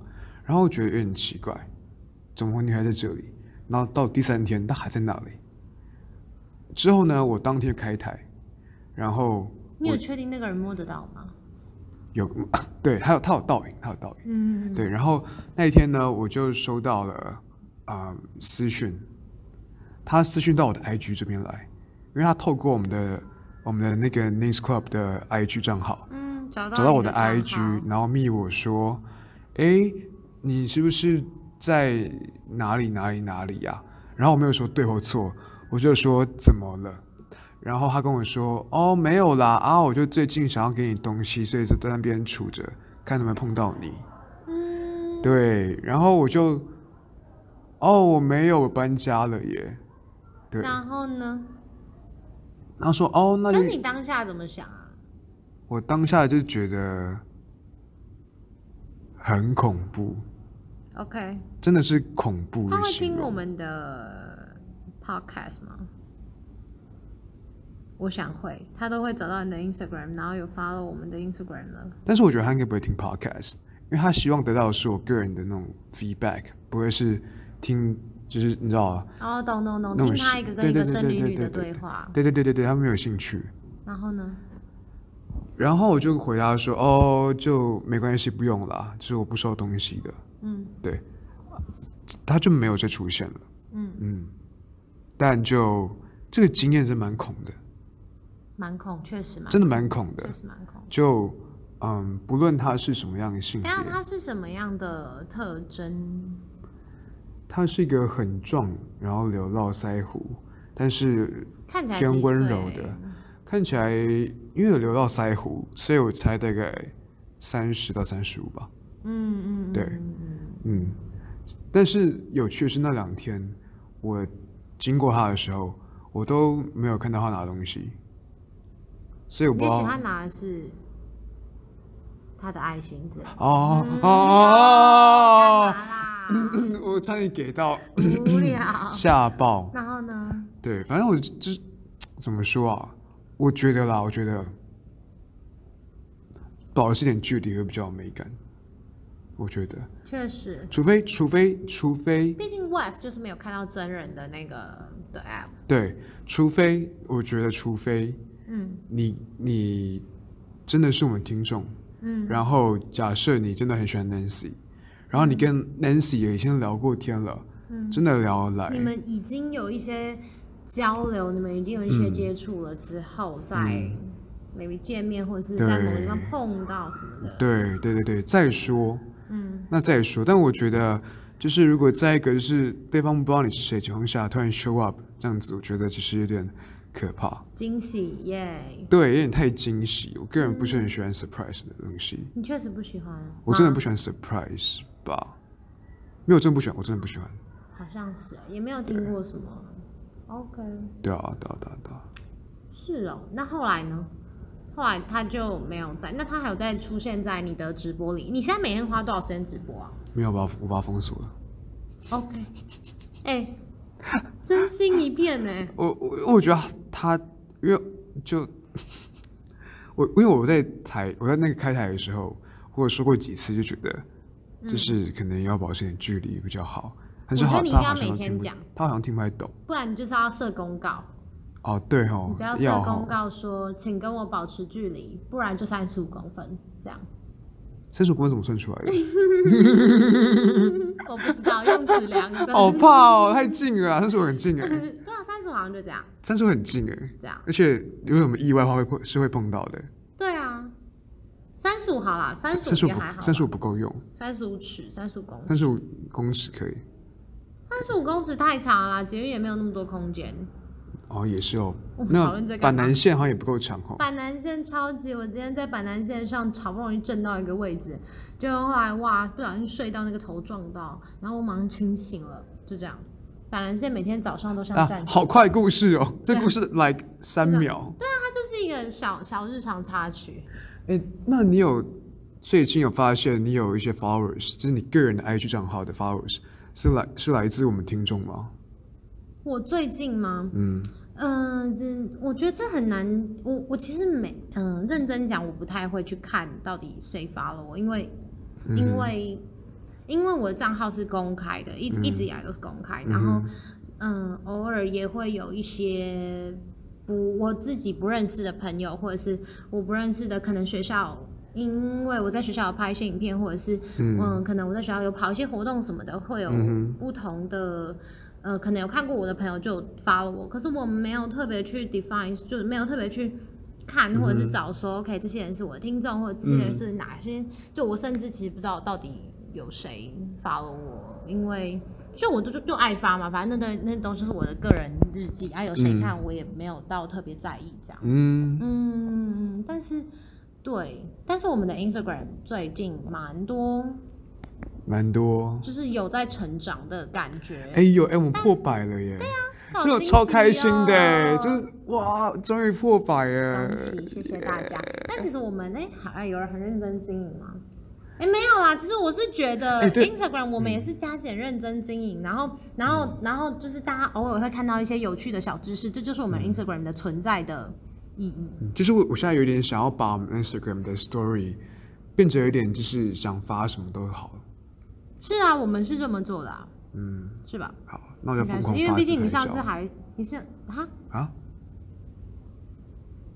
Speaker 2: 然后觉得有点奇怪，怎么会女孩在这里？然后到第三天，她还在那里。之后呢，我当天开台，然后
Speaker 1: 你有确定那个人摸得到吗？
Speaker 2: 有 对，还有他有倒影，他有倒影。
Speaker 1: 嗯，
Speaker 2: 对，然后那一天呢，我就收到了啊、呃私讯，他私讯到我的 IG 这边来，因为他透过我们的我们的那个 Names Club 的 IG 账号
Speaker 1: 嗯，找到
Speaker 2: 找到我
Speaker 1: 你
Speaker 2: 的
Speaker 1: 的账号
Speaker 2: IG，然后密我说，哎，你是不是在哪里哪里哪里呀、然后我没有说对或错，我就说怎么了。然后他跟我说：“哦，没有啦，啊，我就最近想要给你东西，所以就在那边杵着，看能不能碰到你。”
Speaker 1: 嗯，
Speaker 2: 对，然后我就，哦，我没有，我搬家了耶。对，然
Speaker 1: 然后呢？
Speaker 2: 后说，哦，那
Speaker 1: 那
Speaker 2: 就
Speaker 1: 你当下怎么想啊？
Speaker 2: 我当下就觉得很恐怖，
Speaker 1: OK，
Speaker 2: 真的是恐怖
Speaker 1: 他
Speaker 2: 的
Speaker 1: 会
Speaker 2: 形
Speaker 1: 听我
Speaker 2: 容。
Speaker 1: 们的 podcast 吗？我想会，他都会找到你的 Instagram，然后有 follow 我们的 Instagram 了。
Speaker 2: 但是我觉得他应该不会听 podcast，因为他希望得到的是我个人的那种 feedback，不会是听，就是你知道啊，
Speaker 1: 哦，懂懂懂，
Speaker 2: 那
Speaker 1: 听
Speaker 2: 种
Speaker 1: 他
Speaker 2: 是
Speaker 1: 一个跟
Speaker 2: 对
Speaker 1: 一
Speaker 2: 对
Speaker 1: 个
Speaker 2: 对
Speaker 1: 生
Speaker 2: 对
Speaker 1: 理
Speaker 2: 对
Speaker 1: 女
Speaker 2: 对
Speaker 1: 的
Speaker 2: 对
Speaker 1: 对话，
Speaker 2: 对对对对对，他没有兴趣。
Speaker 1: 然后呢？
Speaker 2: 然后我就回答说，哦，就没关系，不用啦，就是我不收东西的。
Speaker 1: 嗯
Speaker 2: 对，他就没有再出现了。
Speaker 1: 嗯，
Speaker 2: 嗯，但就这个经验是蛮恐的，
Speaker 1: 蛮恐，确实蛮，
Speaker 2: 真的蛮恐的
Speaker 1: 确。实蛮恐。
Speaker 2: 就嗯，不论他是什么样的性别
Speaker 1: 等，下他是什么样的特征？
Speaker 2: 他是一个很壮，然后留络腮胡，但是
Speaker 1: 看起来
Speaker 2: 偏
Speaker 1: 几
Speaker 2: 温柔
Speaker 1: 岁
Speaker 2: 的，看起来因为有留到腮胡，所以我猜大概三十到三十五吧。
Speaker 1: 嗯嗯，
Speaker 2: 对
Speaker 1: 嗯嗯
Speaker 2: 嗯，但是有趣的是那两天我经过他的时候，我都没有看到他拿东西，所以我
Speaker 1: 嗯
Speaker 2: 不
Speaker 1: 也
Speaker 2: 知
Speaker 1: 许他
Speaker 2: 道。
Speaker 1: 拿的是他的爱心之类的。
Speaker 2: 哦
Speaker 1: 嗯
Speaker 2: 哦哦！
Speaker 1: 干嘛啦？
Speaker 2: 我差点给到。
Speaker 1: 无聊
Speaker 2: 吓爆。
Speaker 1: 然后呢？
Speaker 2: 对，反正我就就是怎么说啊？我觉得啦，我觉得保持一点距离会比较有美感。我觉得，
Speaker 1: 确实，
Speaker 2: 除非除非除非
Speaker 1: 毕竟 wife 就是没有看到真人的那个的 app。
Speaker 2: 对，除非我觉得，除非
Speaker 1: 嗯
Speaker 2: 你你真的是我们听众，
Speaker 1: 嗯
Speaker 2: 然后假设你真的很喜欢 Nancy，然后你跟 Nancy 也已经聊过天了，
Speaker 1: 嗯，
Speaker 2: 真的聊得
Speaker 1: 你
Speaker 2: 来，
Speaker 1: 们已经有一些交流，你们已经有一些接触了之后，再 maybe 见面或者是在某个地方
Speaker 2: 嗯对
Speaker 1: 碰到什么的。
Speaker 2: 对对对对，再说
Speaker 1: 嗯
Speaker 2: 那再说，但我觉得就是如果在一个就是对方不知道你是谁的情况下突然 show up 这样子，我觉得其实有点可怕，
Speaker 1: 惊喜耶
Speaker 2: 对，有点太惊喜，我个人不是很喜欢 surprise 的东西，
Speaker 1: 你确实不喜欢，
Speaker 2: 我真的
Speaker 1: 吗
Speaker 2: 不喜欢 surprise 吧，没有，真的不喜欢，我真的不喜欢，
Speaker 1: 好像是，啊也没有听过什么。OK，
Speaker 2: 对啊，对啊，对啊，对啊。
Speaker 1: 是哦。那后来呢？后来他就没有在，那他还有在出现在你的直播里。你现在每天花多少时间直播啊
Speaker 2: 没有把它我把它封锁了。
Speaker 1: ？OK，哎、真心一片呢、
Speaker 2: 我我我觉得他，他因为就 我因为我在台我在那个开台的时候，我有说过几次，就觉得就是可能要保持点距离比较好。但是
Speaker 1: 嗯我觉
Speaker 2: 好，
Speaker 1: 得你
Speaker 2: 他
Speaker 1: 应该
Speaker 2: 好像
Speaker 1: 每
Speaker 2: 都
Speaker 1: 天
Speaker 2: 听不
Speaker 1: 讲，
Speaker 2: 他好像听不太懂。
Speaker 1: 不然你就是要设公告，
Speaker 2: 哦，对
Speaker 1: 你
Speaker 2: 哦
Speaker 1: 就，要
Speaker 2: 要
Speaker 1: 设公
Speaker 2: 哦，
Speaker 1: 告说，请跟我保持距离，不然就三十五公分这 样。
Speaker 2: 三十五公分怎么算出 来的？
Speaker 1: 我不知道用尺量的，
Speaker 2: 好怕哦，太近了啊，三十五很近 哎、
Speaker 1: 对啊，三十五好像就这样，
Speaker 2: 三十五很近哎、
Speaker 1: 这样。
Speaker 2: 而且如果有什么意外的话会碰是会碰到的、
Speaker 1: 对啊，三十五好啦，三
Speaker 2: 三
Speaker 1: 十
Speaker 2: 十
Speaker 1: 五
Speaker 2: 五
Speaker 1: 也还好啊
Speaker 2: 不
Speaker 1: 吧，
Speaker 2: 三十五不够用，
Speaker 1: 三十五尺，三十五公
Speaker 2: 三
Speaker 1: 尺，
Speaker 2: 十五公尺可以。
Speaker 1: 三十五公尺太长啦，捷运也没有那么多空间。
Speaker 2: 哦，也是哦
Speaker 1: 我。们讨
Speaker 2: 那
Speaker 1: 论这干
Speaker 2: 板
Speaker 1: 嘛
Speaker 2: 南线好像也不够长哦。
Speaker 1: 板南线超级，我今天在板南线上好不容易震到一个位置，就后来哇，不小心睡到那个头撞到，然后我马上清醒了，就这样。板南线每天早上都像
Speaker 2: 啊
Speaker 1: 战，
Speaker 2: 好快故事哦！这
Speaker 1: 对啊
Speaker 2: 故事 like 三秒。
Speaker 1: 那它就是一个小小日常插曲。
Speaker 2: 哎，那你有最近有发现你有一些 followers，就是你个人的 IG 账号的 followers 是来是来自我们听众吗？
Speaker 1: 我最近吗？
Speaker 2: 嗯，
Speaker 1: 嗯，这我觉得这很难。我我其实没，嗯、认真讲，我不太会去看到底谁发了我，因为因为、因为我的账号是公开的，一、一直以来都是公开，然后嗯，偶尔也会有一些不我自己不认识的朋友，或者是我不认识的，可能学校。因为我在学校有拍一些影片，或者是嗯可能我在学校有跑一些活动什么的，会有不同的、呃，可能有看过我的朋友就有发了我，可是我没有特别去 define，就是没有特别去
Speaker 2: 嗯
Speaker 1: 看或者是找说、OK 这些人是我的听众，或者这些人是哪些，就我甚至其实不知道到底有谁发了我，因为就我就就就爱发嘛，反正那段那都是我的个人日记啊，有谁看我也没有到特别在意这样，
Speaker 2: 嗯，
Speaker 1: 嗯，但是对，但是我们的 Instagram 最近蛮多
Speaker 2: 蛮多。
Speaker 1: 就是有在成长的感觉，
Speaker 2: 哎呦，哎，我们破百了耶！对
Speaker 1: 啊好
Speaker 2: 这我
Speaker 1: 惊
Speaker 2: 超开
Speaker 1: 喜
Speaker 2: 心的，
Speaker 1: 哦
Speaker 2: 就是哇，终于破百了
Speaker 1: 恭！喜，谢谢大家。
Speaker 2: 呃
Speaker 1: 但其实我们哎，好像有人很认真经营吗？哎，没有啦。其实我是觉得
Speaker 2: 哎对嗯
Speaker 1: Instagram 我们也是加减认真经营，然后，然后，然后就是大家偶尔会看到一些有趣的小知识，这就是我们
Speaker 2: 嗯
Speaker 1: Instagram 的存在的意义。
Speaker 2: 就是我我现在有点想要把我们 Instagram 的 Story 变成有点就是想发什么都好。
Speaker 1: 是啊，我们是这么做的、啊，
Speaker 2: 嗯，
Speaker 1: 是吧？
Speaker 2: 好，那我就
Speaker 1: 应
Speaker 2: 疯
Speaker 1: 该
Speaker 2: 狂
Speaker 1: 是，
Speaker 2: 发
Speaker 1: 因为毕竟你
Speaker 2: 自拍
Speaker 1: 上次
Speaker 2: 照
Speaker 1: 还你是哈
Speaker 2: 啊，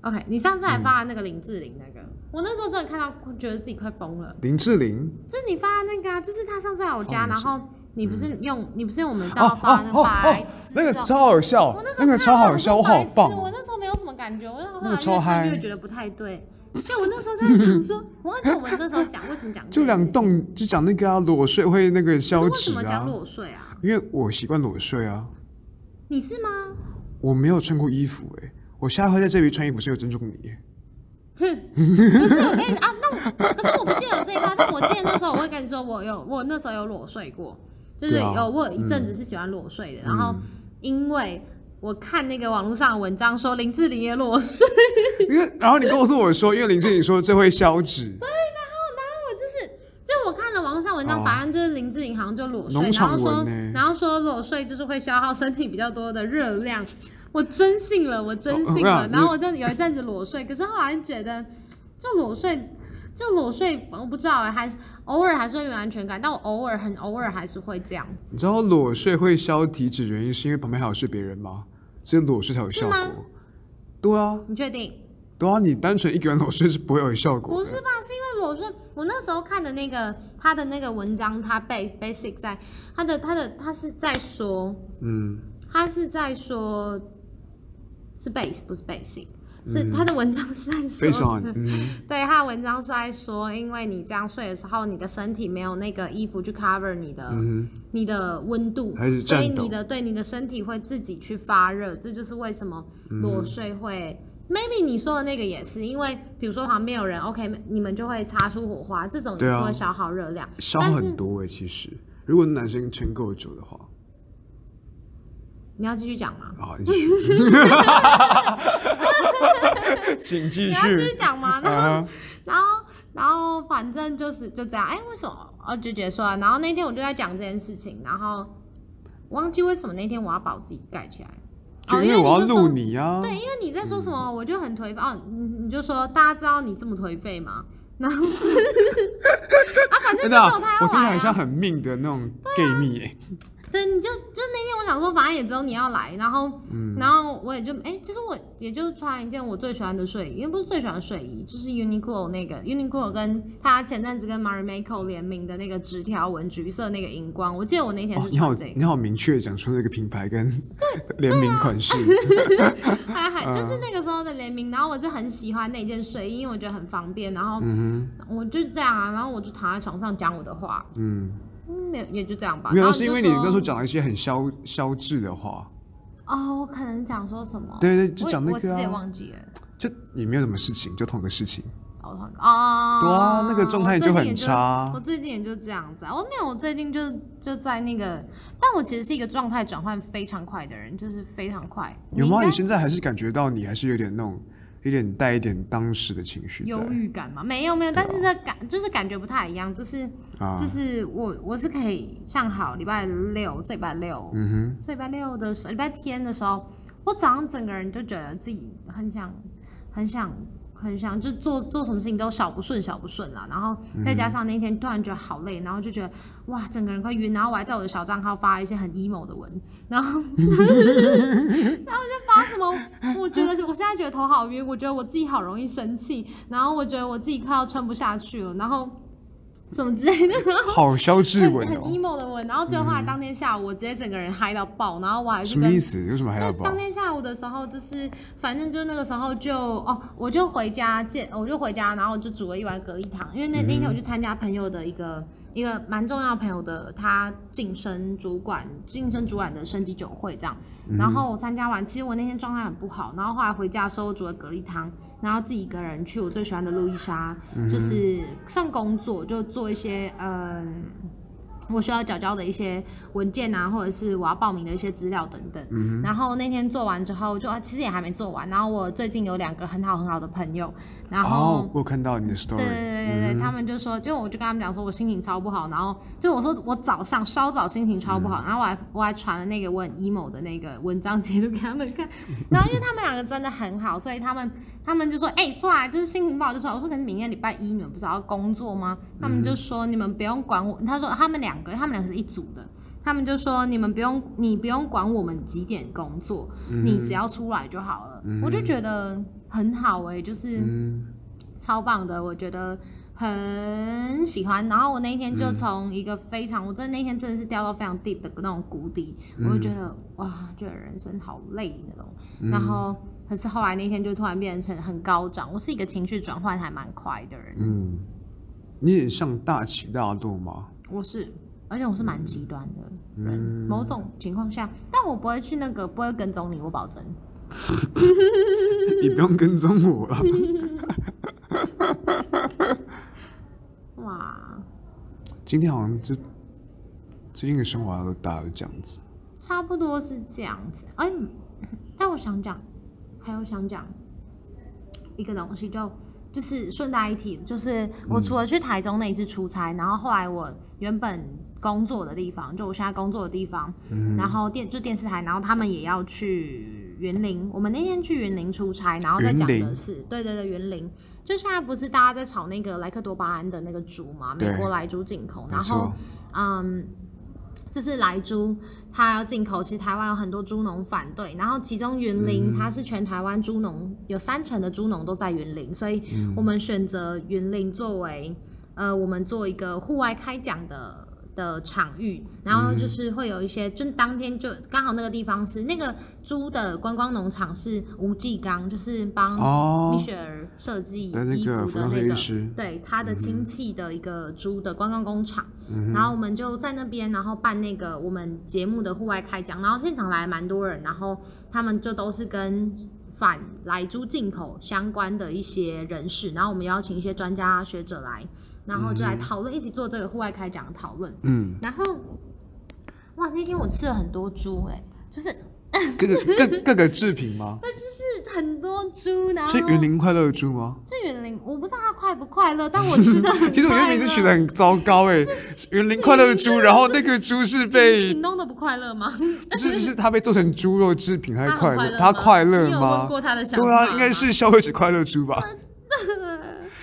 Speaker 1: OK，你上次
Speaker 2: 嗯
Speaker 1: 还发那个林志玲那个，我那时候真的看到觉得自己快疯了。
Speaker 2: 林志玲
Speaker 1: 就是你发那个、啊，就是他上次来我家，
Speaker 2: 超明
Speaker 1: 然
Speaker 2: 显
Speaker 1: 后你不是用、你不是用我们的账号
Speaker 2: 嗯哦
Speaker 1: 发
Speaker 2: 哦
Speaker 1: 那
Speaker 2: 哦
Speaker 1: 个白
Speaker 2: 哦
Speaker 1: 痴，
Speaker 2: 那个
Speaker 1: 的
Speaker 2: 超好笑
Speaker 1: 我那，时
Speaker 2: 那
Speaker 1: 候看
Speaker 2: 个超
Speaker 1: 到
Speaker 2: 好
Speaker 1: 我
Speaker 2: 笑，
Speaker 1: 说
Speaker 2: 我好
Speaker 1: 白痴
Speaker 2: 棒
Speaker 1: 我
Speaker 2: 哦！
Speaker 1: 那时候没有什么感觉，我后来
Speaker 2: 那个
Speaker 1: 越
Speaker 2: 超
Speaker 1: 看
Speaker 2: 嗨
Speaker 1: 越觉得不太对。就我那时候在讲说，我忘记我们那时候讲为什么讲这
Speaker 2: 就
Speaker 1: 件
Speaker 2: 两
Speaker 1: 事情，
Speaker 2: 栋就讲那个啊，裸睡会那个
Speaker 1: 可
Speaker 2: 消
Speaker 1: 是为什
Speaker 2: 脂
Speaker 1: 么讲
Speaker 2: 啊，
Speaker 1: 裸睡啊？
Speaker 2: 因为我习惯裸睡啊，
Speaker 1: 你是吗？
Speaker 2: 我没有穿过衣服哎，我下回在这里穿衣服是有尊重你 耶。
Speaker 1: 是，不是我跟你啊？那我可是我不记得有这一趴，但我记得那时候我会跟你说，我有我那时候有裸睡过，就是
Speaker 2: 对
Speaker 1: 有、
Speaker 2: 啊嗯
Speaker 1: 我有一阵子是喜欢裸睡的，然后因为我看那个网络上的文章说林志玲也裸睡，
Speaker 2: 因为然后你告诉我说，因为林志颖说这会消脂，
Speaker 1: 我就是，就我看了网络上文章，
Speaker 2: 哦
Speaker 1: 反正就是林志颖好像就裸睡，
Speaker 2: 农
Speaker 1: 然
Speaker 2: 场
Speaker 1: 后说
Speaker 2: 文呢，
Speaker 1: 然后说裸睡就是会消耗身体比较多的热量。我真信了，我真
Speaker 2: 哦我
Speaker 1: 信
Speaker 2: 跟你
Speaker 1: 了。
Speaker 2: 讲
Speaker 1: 然后我真的有一阵子裸睡，可是后来觉得，就裸睡，就裸睡，我不知道、欸，还偶尔还是会有安全感，但我偶尔很偶尔还是会这样子。
Speaker 2: 你知道裸睡会消体脂原因是因为旁边还有睡别人吗？所以裸睡才有效
Speaker 1: 是吗
Speaker 2: 果。对啊，
Speaker 1: 你确定？
Speaker 2: 对啊，你单纯一个人裸睡是不会有效果
Speaker 1: 不
Speaker 2: 的。
Speaker 1: 是吧？是因为裸睡，我那时候看的那个他的那个文章，他 bas basic 在他的他的他是在说，
Speaker 2: 嗯，
Speaker 1: 他是在说，是 base 不是 basic，是、他的文章是在说，
Speaker 2: 嗯非常嗯，
Speaker 1: 对他的文章是在说，因为你这样睡的时候，你的身体没有那个衣服去 cover 你的、
Speaker 2: 嗯
Speaker 1: 你的温度
Speaker 2: 还，是
Speaker 1: 所以
Speaker 2: 战斗
Speaker 1: 你的对你的身体会自己去发热，这就是为什么裸睡
Speaker 2: 嗯
Speaker 1: 会。Maybe 你说的那个也是，因为比如说旁边有人，OK，你们就会擦出火花，这种也
Speaker 2: 对
Speaker 1: 是
Speaker 2: 啊
Speaker 1: 会消耗热量。
Speaker 2: 消
Speaker 1: 但是
Speaker 2: 很多诶、其实如果男生撑够久的话，
Speaker 1: 你要继续讲吗？
Speaker 2: 啊，你继 续，请继
Speaker 1: 你要继续
Speaker 2: 续。
Speaker 1: 讲 吗？哦然后
Speaker 2: 啊，
Speaker 1: 然后，然后反正就是就这样。哎，为什么？哦，就觉得说啊，然后那天我就在讲这件事情，然后忘记为什么那天我要把我自己盖起来。
Speaker 2: 就
Speaker 1: 哦
Speaker 2: 因为我要
Speaker 1: 就说
Speaker 2: 录你嗯啊，
Speaker 1: 对，因为你在说什么，我就很颓废。哦，你你就说大家知道你这么颓废吗？然 后啊，反正就只
Speaker 2: 真的啊，
Speaker 1: 有他
Speaker 2: 我
Speaker 1: 要
Speaker 2: 听起来
Speaker 1: 来
Speaker 2: 很
Speaker 1: 啊。
Speaker 2: 像很命的那种 gay 蜜、欸，
Speaker 1: 对，你就就那天我想说，反正也只有你要来，然后，
Speaker 2: 嗯
Speaker 1: 然后我也就哎，其实我也就穿一件我最喜欢的睡衣，因为不是最喜欢的睡衣，就是 Uniqlo 那个 Uniqlo 跟他前阵子跟 Marimekko 联名的那个直条纹橘色那个荧光，我记得我那天
Speaker 2: 哦
Speaker 1: 是，
Speaker 2: 你好
Speaker 1: 穿这，个，
Speaker 2: 你好明确讲出那个品牌 跟联名款式，
Speaker 1: 还还
Speaker 2: 嗯
Speaker 1: 就是那个 时候的联名，然后我就很喜欢那件睡衣，因为我觉得很方便，然后
Speaker 2: 嗯
Speaker 1: 我就是这样啊，然后我就躺在床上讲我的话，
Speaker 2: 哼，嗯，
Speaker 1: 嗯，也也就这样吧。
Speaker 2: 没有，
Speaker 1: 然
Speaker 2: 那
Speaker 1: 后
Speaker 2: 是
Speaker 1: 就
Speaker 2: 因为你那时候
Speaker 1: 说
Speaker 2: 讲了一些很消消滞的话，
Speaker 1: 哦，我可能讲说什么？
Speaker 2: 对对，就讲那
Speaker 1: 我我其
Speaker 2: 个
Speaker 1: 实也
Speaker 2: 啊，
Speaker 1: 忘记了。
Speaker 2: 就也没有什么事情，就同个事情。
Speaker 1: 搞团啊，
Speaker 2: 对啊那个状态
Speaker 1: 我最
Speaker 2: 就很
Speaker 1: 近也
Speaker 2: 差
Speaker 1: 我最近也就这样子啊，我没有，我最近就就在那个，但我其实是一个状态转换非常快的人，就是非常快。
Speaker 2: 有吗？
Speaker 1: 你
Speaker 2: 你
Speaker 1: 应
Speaker 2: 现在还是感觉到你还是有点那种，有点带一点当时的情绪
Speaker 1: 该
Speaker 2: 在
Speaker 1: 忧郁感吗？没有没有，但是这感就是感觉不太一样，就是
Speaker 2: 啊
Speaker 1: 就？是我我是可以上好礼拜六，这礼拜六，
Speaker 2: 嗯哼，
Speaker 1: 这礼拜六的时候，礼拜天的时候，我早上整个人就觉得自己很想，很想，很想，就做做什么事情都小不顺，小不顺啦。然后再加上那天突然觉得好累，然后就觉得哇，整个人快晕。然后我还在我的小账号发一些很 emo 的文，然后 然后就发什么，我觉得我现在觉得头好晕，我觉得我自己好容易生气，然后我觉得我自己快要撑不下去了，然后什么之类的，然后。
Speaker 2: 好肖志
Speaker 1: 很
Speaker 2: 文
Speaker 1: 很
Speaker 2: 哦，
Speaker 1: emo 的文，然后结果后来当天下午，我直接整个人嗨到爆，然后我还
Speaker 2: 什
Speaker 1: 是
Speaker 2: 么
Speaker 1: 跟
Speaker 2: 意思？为什么还要
Speaker 1: 那
Speaker 2: 报
Speaker 1: 当？天下午的时候，就是反正就那个时候就哦，我就回家见，我就回家，然后就煮了一碗蛤蜊汤，因为
Speaker 2: 嗯
Speaker 1: 那那天我去参加朋友的一个一个蛮重要的朋友的他晋升主管晋升主管的升级酒会这样，
Speaker 2: 嗯
Speaker 1: 然后我参加完，其实我那天状态很不好，然后后来回家的时候我煮了蛤蜊汤，然后自己一个人去我最喜欢的路易莎，
Speaker 2: 嗯
Speaker 1: 就是算工作，就做一些嗯。我需要缴交的一些文件啊，或者是我要报名的一些资料等等。然后那天做完之后就，啊其实也还没做完。然后我最近有两个很好很好的朋友，然后、
Speaker 2: 哦，我有看到你的
Speaker 1: 对对
Speaker 2: story，嗯
Speaker 1: 对对对，他们就说，就我就跟他们讲说，我心情超不好，然后就我说我早上稍早心情超不
Speaker 2: 嗯
Speaker 1: 好，然后我还我还传了那个我很 emo 的那个文章截图给他们看，然后因为他们两个真的很好，所以他们他们就说，哎、出来就是心情不好就出来，我说可是明天礼拜一你们不是要工作吗？他们就说你们不用管我，他说他们两个他们两个是一组的。他们就说你们不用，你不用管我们几点工作，你只要出来就好了。我就觉得很好哎、就是、
Speaker 2: 嗯，
Speaker 1: 超棒的，我觉得很喜欢。然后我那一天就从一个非常，我真的那天真的是掉到非常 deep 的那种谷底，我就觉得哇，觉得人生好累那种。然后可是后来那天就突然变成很高涨，我是一个情绪转换还蛮快的人，
Speaker 2: 嗯，你也像大起大落吗？
Speaker 1: 我是。而且我是蛮极端的人，某种情况下，但我不会去那个，不会跟踪你，我保证。
Speaker 2: 你不用跟踪我了。
Speaker 1: 哇，
Speaker 2: 今天好像就最近的生活好像都大概这样子。
Speaker 1: 差不多是这样子。哎、但我想讲，还有想讲一个东西就，就是顺带一提，就是
Speaker 2: 嗯
Speaker 1: 我除了去台中那一次出差，然后后来我原本工作的地方，就我现在工作的地方，
Speaker 2: 嗯
Speaker 1: 然后电就电视台，然后他们也要去云林。我们那天去云林出差，然后再讲
Speaker 2: 云
Speaker 1: 的
Speaker 2: 林
Speaker 1: 是，对对对，云林。就现在不是大家在炒那个莱克多巴胺的那个猪嘛，美
Speaker 2: 对
Speaker 1: 国莱猪进口，然
Speaker 2: 没
Speaker 1: 后
Speaker 2: 错
Speaker 1: 嗯，就是莱猪，它要进口，其实台湾有很多猪农反对，然后其中云林、它是全台湾猪农有三成的猪农都在云林，所以我们选择云林作为呃我们做一个户外开讲的。的场域，然后就是会有一些，就当天就刚好那个地方是那个猪的观光农场是吴继刚，就是帮
Speaker 2: 哦
Speaker 1: 米雪儿设计
Speaker 2: 的那
Speaker 1: 衣服
Speaker 2: 个
Speaker 1: 的
Speaker 2: 服装设
Speaker 1: 那
Speaker 2: 计
Speaker 1: 个，
Speaker 2: 师嗯
Speaker 1: 对他的亲戚的一个猪的观光工厂，然后我们就在那边，然后办那个我们节目的户外开讲，然后现场来蛮多人，然后他们就都是跟反来猪进口相关的一些人士，然后我们邀请一些专家学者来，然后就来讨论，一起做这个户外开讲的讨论。
Speaker 2: 嗯，
Speaker 1: 然后，哇，那天我吃了很多猪、欸，就是
Speaker 2: 各个各各个制品吗？
Speaker 1: 就是很多猪，然后
Speaker 2: 是云林快乐猪吗？
Speaker 1: 是云林，我不知道它快不快乐，但我吃的很
Speaker 2: 其实我觉得
Speaker 1: 快
Speaker 2: 名字
Speaker 1: 乐
Speaker 2: 取得很糟糕哎、云林快乐猪，然后那个猪 是被
Speaker 1: 你弄的不快乐 吗？
Speaker 2: 是是它被做成猪肉制品，它
Speaker 1: 他很
Speaker 2: 是快
Speaker 1: 乐
Speaker 2: 乐，
Speaker 1: 吗，
Speaker 2: 它快乐
Speaker 1: 你有问
Speaker 2: 吗？
Speaker 1: 过他的想法
Speaker 2: 对
Speaker 1: 吗？嗯
Speaker 2: 啊，应 该是消费者快乐猪吧。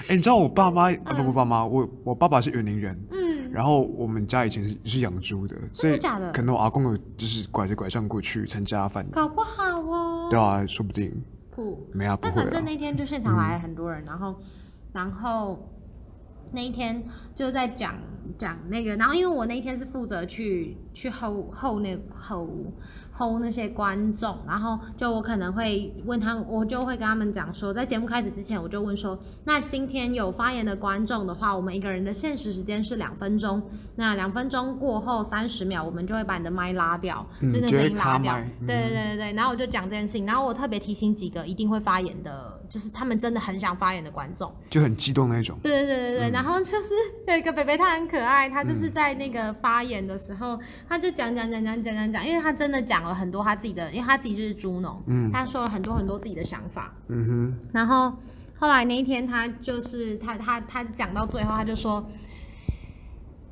Speaker 2: 哎、你知道我爸妈啊不不爸妈，我我爸爸是云林人，
Speaker 1: 嗯，
Speaker 2: 然后我们家以前是是养猪的，所
Speaker 1: 真的
Speaker 2: 以
Speaker 1: 假的
Speaker 2: 可能我阿公有就是拐着拐杖过去参加饭，
Speaker 1: 搞不好哦。
Speaker 2: 对啊，说不定
Speaker 1: 酷，
Speaker 2: 没啊，不
Speaker 1: 但
Speaker 2: 会
Speaker 1: 反正
Speaker 2: 啊，
Speaker 1: 那天就现场来了很多人，然后，然后。那一天就在讲讲那个，然后因为我那一天是负责去去 hold hold 那 hold hold 那些观众，然后就我可能会问他们，我就会跟他们讲说，在节目开始之前，我就问说，那今天有发言的观众的话，我们一个人的限时时间是两分钟，那两分钟过后三十秒，我们就会把你的麦拉掉，
Speaker 2: 嗯
Speaker 1: 就那
Speaker 2: 就会
Speaker 1: 声音拉
Speaker 2: 卡
Speaker 1: 掉。
Speaker 2: 麦嗯
Speaker 1: 对对对对对，然后我就讲这件事情，然后我特别提醒几个一定会发言的，就是他们真的很想发言的观众。
Speaker 2: 就很激动那一种。嗯
Speaker 1: 对对对对对，然后就是有一个北北，他很可爱，他就是在那个发言的时候，他就讲讲讲讲讲讲讲，因为他真的讲了很多他自己的，因为他自己就是猪农，
Speaker 2: 嗯
Speaker 1: 他说了很多很多自己的想法，
Speaker 2: 嗯
Speaker 1: 然后后来那一天，他就是他他他讲到最后，他就说。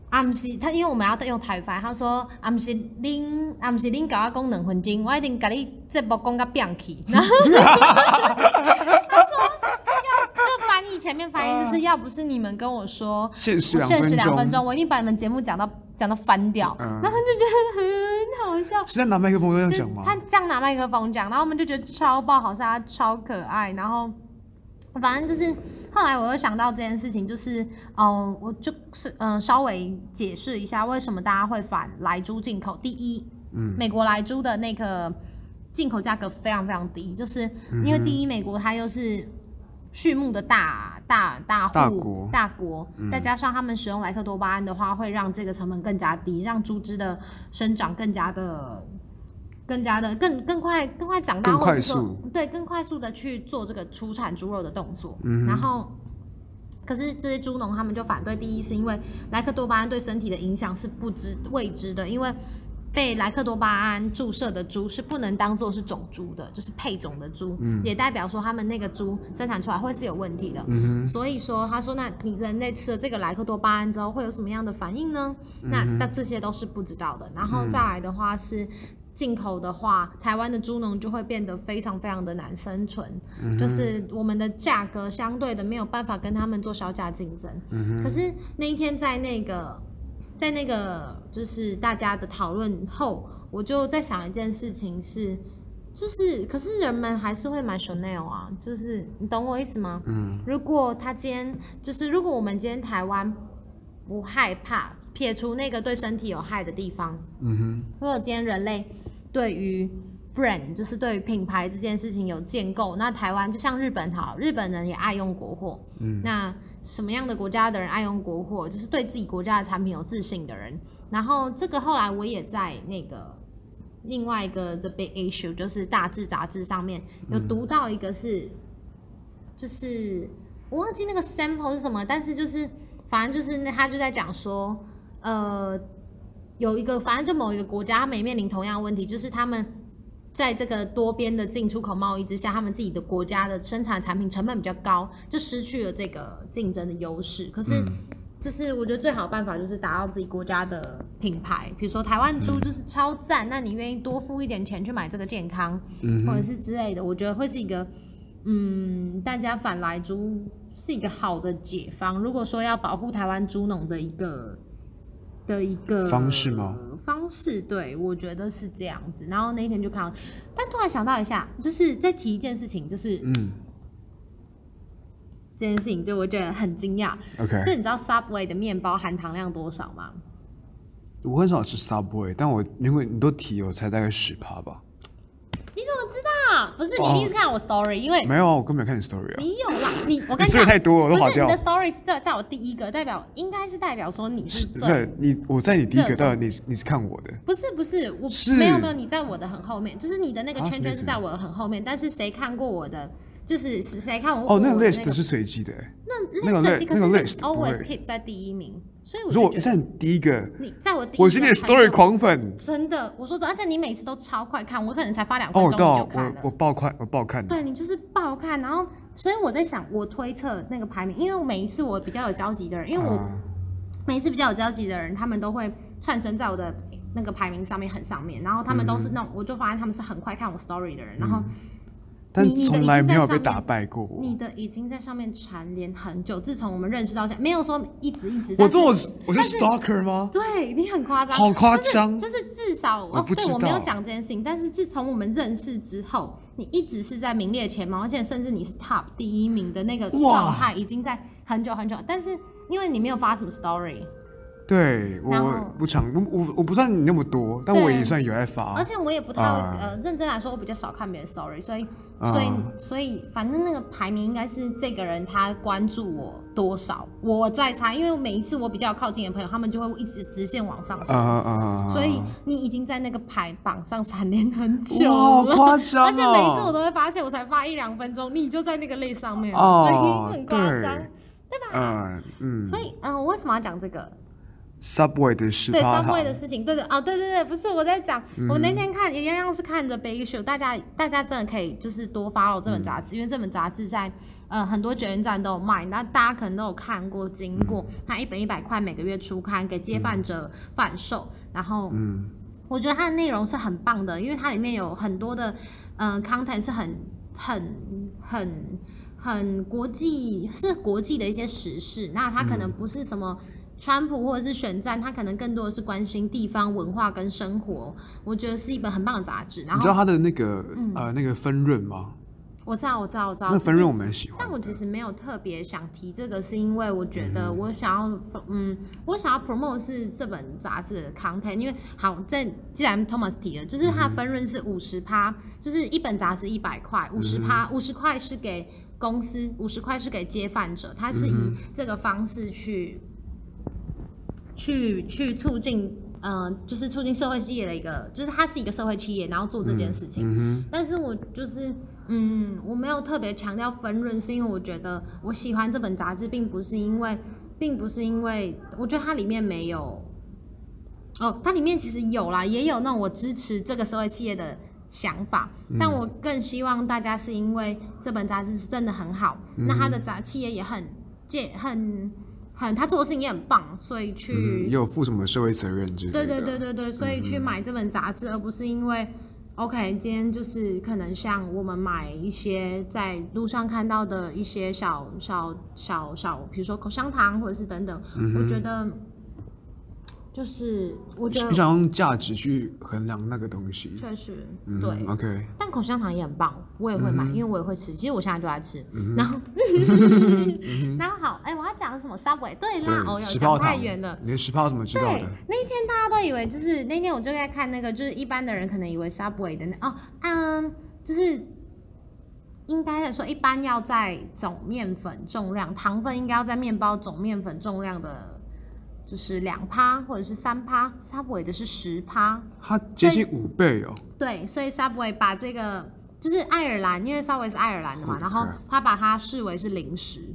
Speaker 1: 啊，毋是，他因为我们要用台语发音，他说啊，毋是恁，啊，毋是恁甲我讲两分钟，我一定甲你节目讲到变去。然后 他说，要就翻译前面翻译就是，要不是你们跟我说，
Speaker 2: 哼，限时
Speaker 1: 我
Speaker 2: 两
Speaker 1: 限时
Speaker 2: 分
Speaker 1: 哦两分
Speaker 2: 钟，
Speaker 1: 钟，我一定把你们节目讲到讲到翻掉。
Speaker 2: 嗯
Speaker 1: 然后就觉得很好笑，
Speaker 2: 是在拿麦克风这样
Speaker 1: 就
Speaker 2: 讲吗？
Speaker 1: 他这样拿麦克风讲，然后我们就觉得超爆好笑，他超可爱，然后反正就是后来我又想到这件事情，就是呃，我就是嗯、呃稍微解释一下为什么大家会反莱猪进口。第一，
Speaker 2: 嗯
Speaker 1: 美国莱猪的那个进口价格非常非常低，就是
Speaker 2: 嗯
Speaker 1: 因为第一，美国它又是畜牧的大大大户
Speaker 2: 大国嗯
Speaker 1: 大国，再加上他们使用莱克多巴胺的话，会让这个成本更加低，让猪只的生长更加的。更加的更更快更快长大，
Speaker 2: 更
Speaker 1: 或者
Speaker 2: 快
Speaker 1: 是说
Speaker 2: 速
Speaker 1: 对更快速的去做这个出产猪肉的动作，
Speaker 2: 嗯哼
Speaker 1: 然后可是这些猪农他们就反对，第一是因为莱克多巴胺对身体的影响是不知未知的，因为被莱克多巴胺注射的猪是不能当做是种猪的，就是配种的猪，
Speaker 2: 嗯
Speaker 1: 也代表说他们那个猪生产出来会是有问题的。
Speaker 2: 嗯
Speaker 1: 所以说，他说，那你人类吃了这个莱克多巴胺之后会有什么样的反应呢？那那这些都是不知道的。然后再来的话是。进口的话，台湾的猪农就会变得非常非常的难生存，就是我们的价格相对的没有办法跟他们做小价竞争。可是那一天在那个在那个就是大家的讨论后，我就在想一件事情是，就是可是人们还是会买 Chanel 啊，就是你懂我意思吗？
Speaker 2: 嗯，
Speaker 1: 如果他今天就是如果我们今天台湾不害怕，撇除那个对身体有害的地方，
Speaker 2: 嗯哼，
Speaker 1: 如果今天人类对于 brand 就是对于品牌这件事情有建构，那台湾就像日本好，日本人也爱用国货，
Speaker 2: 嗯
Speaker 1: 那什么样的国家的人爱用国货，就是对自己国家的产品有自信的人。然后这个后来我也在那个另外一个 The Big Issue，就是大志杂志上面有读到一个是，就是我忘记那个 sample 是什么，但是就是反正就是那他就在讲说，呃，有一个反正就某一个国家，他们也面临同样的问题，就是他们在这个多边的进出口贸易之下，他们自己的国家的生产产品成本比较高，就失去了这个竞争的优势。可是，就是我觉得最好的办法就是达到自己国家的品牌，比如说台湾猪就是超赞，那你愿意多付一点钱去买这个健康，
Speaker 2: 嗯
Speaker 1: 或者是之类的，我觉得会是一个，嗯，大家反来猪是一个好的解方。如果说要保护台湾猪农的一个的一个
Speaker 2: 方式吗？
Speaker 1: 方式，对我觉得是这样子。然后那一天就看到，但突然想到一下，就是再提一件事情，就是、
Speaker 2: 嗯
Speaker 1: 这件事情，就我觉得很惊讶。就
Speaker 2: ，OK。
Speaker 1: 你知道 Subway 的面包含糖量多少吗？
Speaker 2: 我很少吃 Subway，但我因为你都提，我才大概十趴吧。
Speaker 1: 你怎么知道？不是，你一定是看我 story，因为
Speaker 2: 哦没有啊，我根本没有看你 story 啊。
Speaker 1: 你有啦，你我跟
Speaker 2: 你
Speaker 1: 你
Speaker 2: 是不
Speaker 1: 讲
Speaker 2: 是太多了我都
Speaker 1: 不
Speaker 2: 划
Speaker 1: 是你
Speaker 2: 掉
Speaker 1: 的 story 是在在我第一个，代表应该是代表说你是
Speaker 2: 不是
Speaker 1: 最。
Speaker 2: 你，我在你第一
Speaker 1: 热
Speaker 2: 个，到底你你是看我的，
Speaker 1: 不是不是，我
Speaker 2: 是
Speaker 1: 没有没有，你在我的很后面，就是你的那个
Speaker 2: 啊
Speaker 1: 圈
Speaker 2: 什么
Speaker 1: 圈
Speaker 2: 意思
Speaker 1: 是在我的很后面，但是谁看过我的，就是谁看我
Speaker 2: 哦，那
Speaker 1: 我
Speaker 2: 个
Speaker 1: 的
Speaker 2: list 是随机的欸。
Speaker 1: 那
Speaker 2: 那个
Speaker 1: list，
Speaker 2: list-
Speaker 1: 可是
Speaker 2: 那个
Speaker 1: 你
Speaker 2: list 不
Speaker 1: always
Speaker 2: 会
Speaker 1: keep 在第一名，所以我
Speaker 2: 如果
Speaker 1: 就
Speaker 2: 我
Speaker 1: 觉得
Speaker 2: 在你第一个，
Speaker 1: 你在我第一个，
Speaker 2: 我是你的 story 狂粉。
Speaker 1: 真的，我说真的，而且你每次都超快看，我可能才发两分钟
Speaker 2: 哦，我
Speaker 1: 你
Speaker 2: 到
Speaker 1: 就
Speaker 2: 我
Speaker 1: 看了。
Speaker 2: 我爆看，我爆看。
Speaker 1: 对你就是爆看，然后所以我在想，我推测那个排名，因为我每一次我比较有交集的人，因为我
Speaker 2: 啊
Speaker 1: 每一次比较有交集的人，他们都会串升在我的那个排名上面很上面，然后他们都
Speaker 2: 嗯
Speaker 1: 是那种，我就发现他们是很快看我 story 的人，然后
Speaker 2: 但
Speaker 1: 你你的
Speaker 2: 从
Speaker 1: 已
Speaker 2: 来
Speaker 1: 经
Speaker 2: 没
Speaker 1: 在
Speaker 2: 有
Speaker 1: 上
Speaker 2: 被打
Speaker 1: 面
Speaker 2: 败过我。
Speaker 1: 你的已经在上面蝉联很久，自从我们认识到现在，没有说一直一直，
Speaker 2: 我
Speaker 1: 但是
Speaker 2: 这我是我是 stalker 吗？
Speaker 1: 对你很夸张，
Speaker 2: 好夸张
Speaker 1: 就是就是至少
Speaker 2: 我
Speaker 1: 哦，
Speaker 2: 不
Speaker 1: 对
Speaker 2: 知
Speaker 1: 我没有
Speaker 2: 道
Speaker 1: 讲这件事情，但是自从我们认识之后，你一直是在名列前茅，而且甚至你是 top 第一名的那个
Speaker 2: 哇
Speaker 1: 状态已经在很久很久，但是因为你没有发什么 story，
Speaker 2: 对
Speaker 1: 然后
Speaker 2: 我不常，我我我不算你那么多，但
Speaker 1: 对
Speaker 2: 我也算有在发。
Speaker 1: 而且我也不太会、
Speaker 2: 哦啊
Speaker 1: 呃，认真来说，我比较少看别人 story，所以、
Speaker 2: 啊
Speaker 1: 所以所以反正那个排名应该是这个人他关注我多少，我在猜，因为每一次我比较靠近的朋友，他们就会一直直线往上
Speaker 2: 啊
Speaker 1: 升，
Speaker 2: 啊啊啊！
Speaker 1: 所以你已经在那个排榜上蝉联很久
Speaker 2: 哇，好
Speaker 1: 了。
Speaker 2: 夸张哦！
Speaker 1: 而且每一次我都会发现，我才发一两分钟，你就在那个类上面了，
Speaker 2: 哦
Speaker 1: 所以很夸张，对吧？
Speaker 2: 呃嗯
Speaker 1: 所以，嗯、我为什么要讲这个？
Speaker 2: ，Subway 的十
Speaker 1: 对
Speaker 2: 八嗯
Speaker 1: 三
Speaker 2: 行
Speaker 1: 位的事情，对对哦，对对对，不是我在讲，我那天看也一样是看着《Big Show》，大家大家真的可以就是多 follow 这
Speaker 2: 嗯
Speaker 1: 本杂志，因为这本杂志在呃很多卷运站都有卖，那大家可能都有看过、经过，
Speaker 2: 嗯
Speaker 1: 它一本一百块每个月出刊给街贩者贩售，然后
Speaker 2: 嗯
Speaker 1: 我觉得它的内容是很棒的，因为它里面有很多的嗯、呃 content 是很很很很国际，是国际的一些时事。那它
Speaker 2: 嗯
Speaker 1: 可能不是什么川普或者是选战，它可能更多的是关心地方文化跟生活。我觉得是一本很棒的杂志。然
Speaker 2: 你知道
Speaker 1: 后嗯
Speaker 2: 它的那个、呃那个分润吗？
Speaker 1: 我知道，我知道，我知道，
Speaker 2: 那
Speaker 1: 啊就是
Speaker 2: 分润我蛮喜欢的。
Speaker 1: 但我其实没有特别想提这个，是因为我觉得我想要，嗯，我想要 promote 是这本杂志的 content，因为好，这既然 Thomas 提了，就是
Speaker 2: 嗯
Speaker 1: 它分润是五十趴，就是一本杂志一百块，五十
Speaker 2: 嗯
Speaker 1: 趴，五十块是给公司，五十块是给接贩者，它
Speaker 2: 嗯
Speaker 1: 是以这个方式去、去去促进。嗯，就是促进社会企业的一个，就是它是一个社会企业，然后做这件事情。
Speaker 2: 嗯
Speaker 1: 但是我就是，嗯，我没有特别强调分润，是因为我觉得我喜欢这本杂志，并不是因为，并不是因为，我觉得它里面没有，哦，它里面其实有啦，也有那种我支持这个社会企业的想法，但我更希望大家是因为这本杂志是真的很好，那它的杂企业也很介很很，他做的事情也很棒，所以去、
Speaker 2: 哼，也嗯有负什么社会责任之类的。啊嗯
Speaker 1: 对对对对对，所以去买这本杂志，而不是因为 OK，今天就是可能像我们买一些在路上看到的一些小小小小，比如说口香糖或者是等等，
Speaker 2: 嗯
Speaker 1: 我觉得就是我觉
Speaker 2: 你
Speaker 1: 得
Speaker 2: 想用价值去衡量那个东西。
Speaker 1: 确实
Speaker 2: 嗯
Speaker 1: 对。
Speaker 2: 哼，OK，嗯
Speaker 1: 但口香糖也很棒，我也会买，因为我也会吃。其实我现在就爱吃。然后， 然后好，哎、我要讲什么？Subway，对啦，哦
Speaker 2: 对，
Speaker 1: 哟，
Speaker 2: 十
Speaker 1: 讲
Speaker 2: 炮
Speaker 1: 太
Speaker 2: 糖
Speaker 1: 远了。，
Speaker 2: 你的十炮怎么知道
Speaker 1: 对
Speaker 2: 的？，
Speaker 1: 那一天大家都以为就是那天我就在看那个，就是一般的人可能以为 Subway 的那哦，嗯，就是应该来说，一般要在总面粉重量、糖分应该要在面包总面粉重量的，就是两趴或者是三趴，Subway 的是十趴。
Speaker 2: 它接近五倍哦，
Speaker 1: 对，所以 Subway 把这个就是爱尔兰，因为 Subway 是爱尔兰的嘛，
Speaker 2: Holy
Speaker 1: 然后
Speaker 2: crap
Speaker 1: 他把它视为是零食，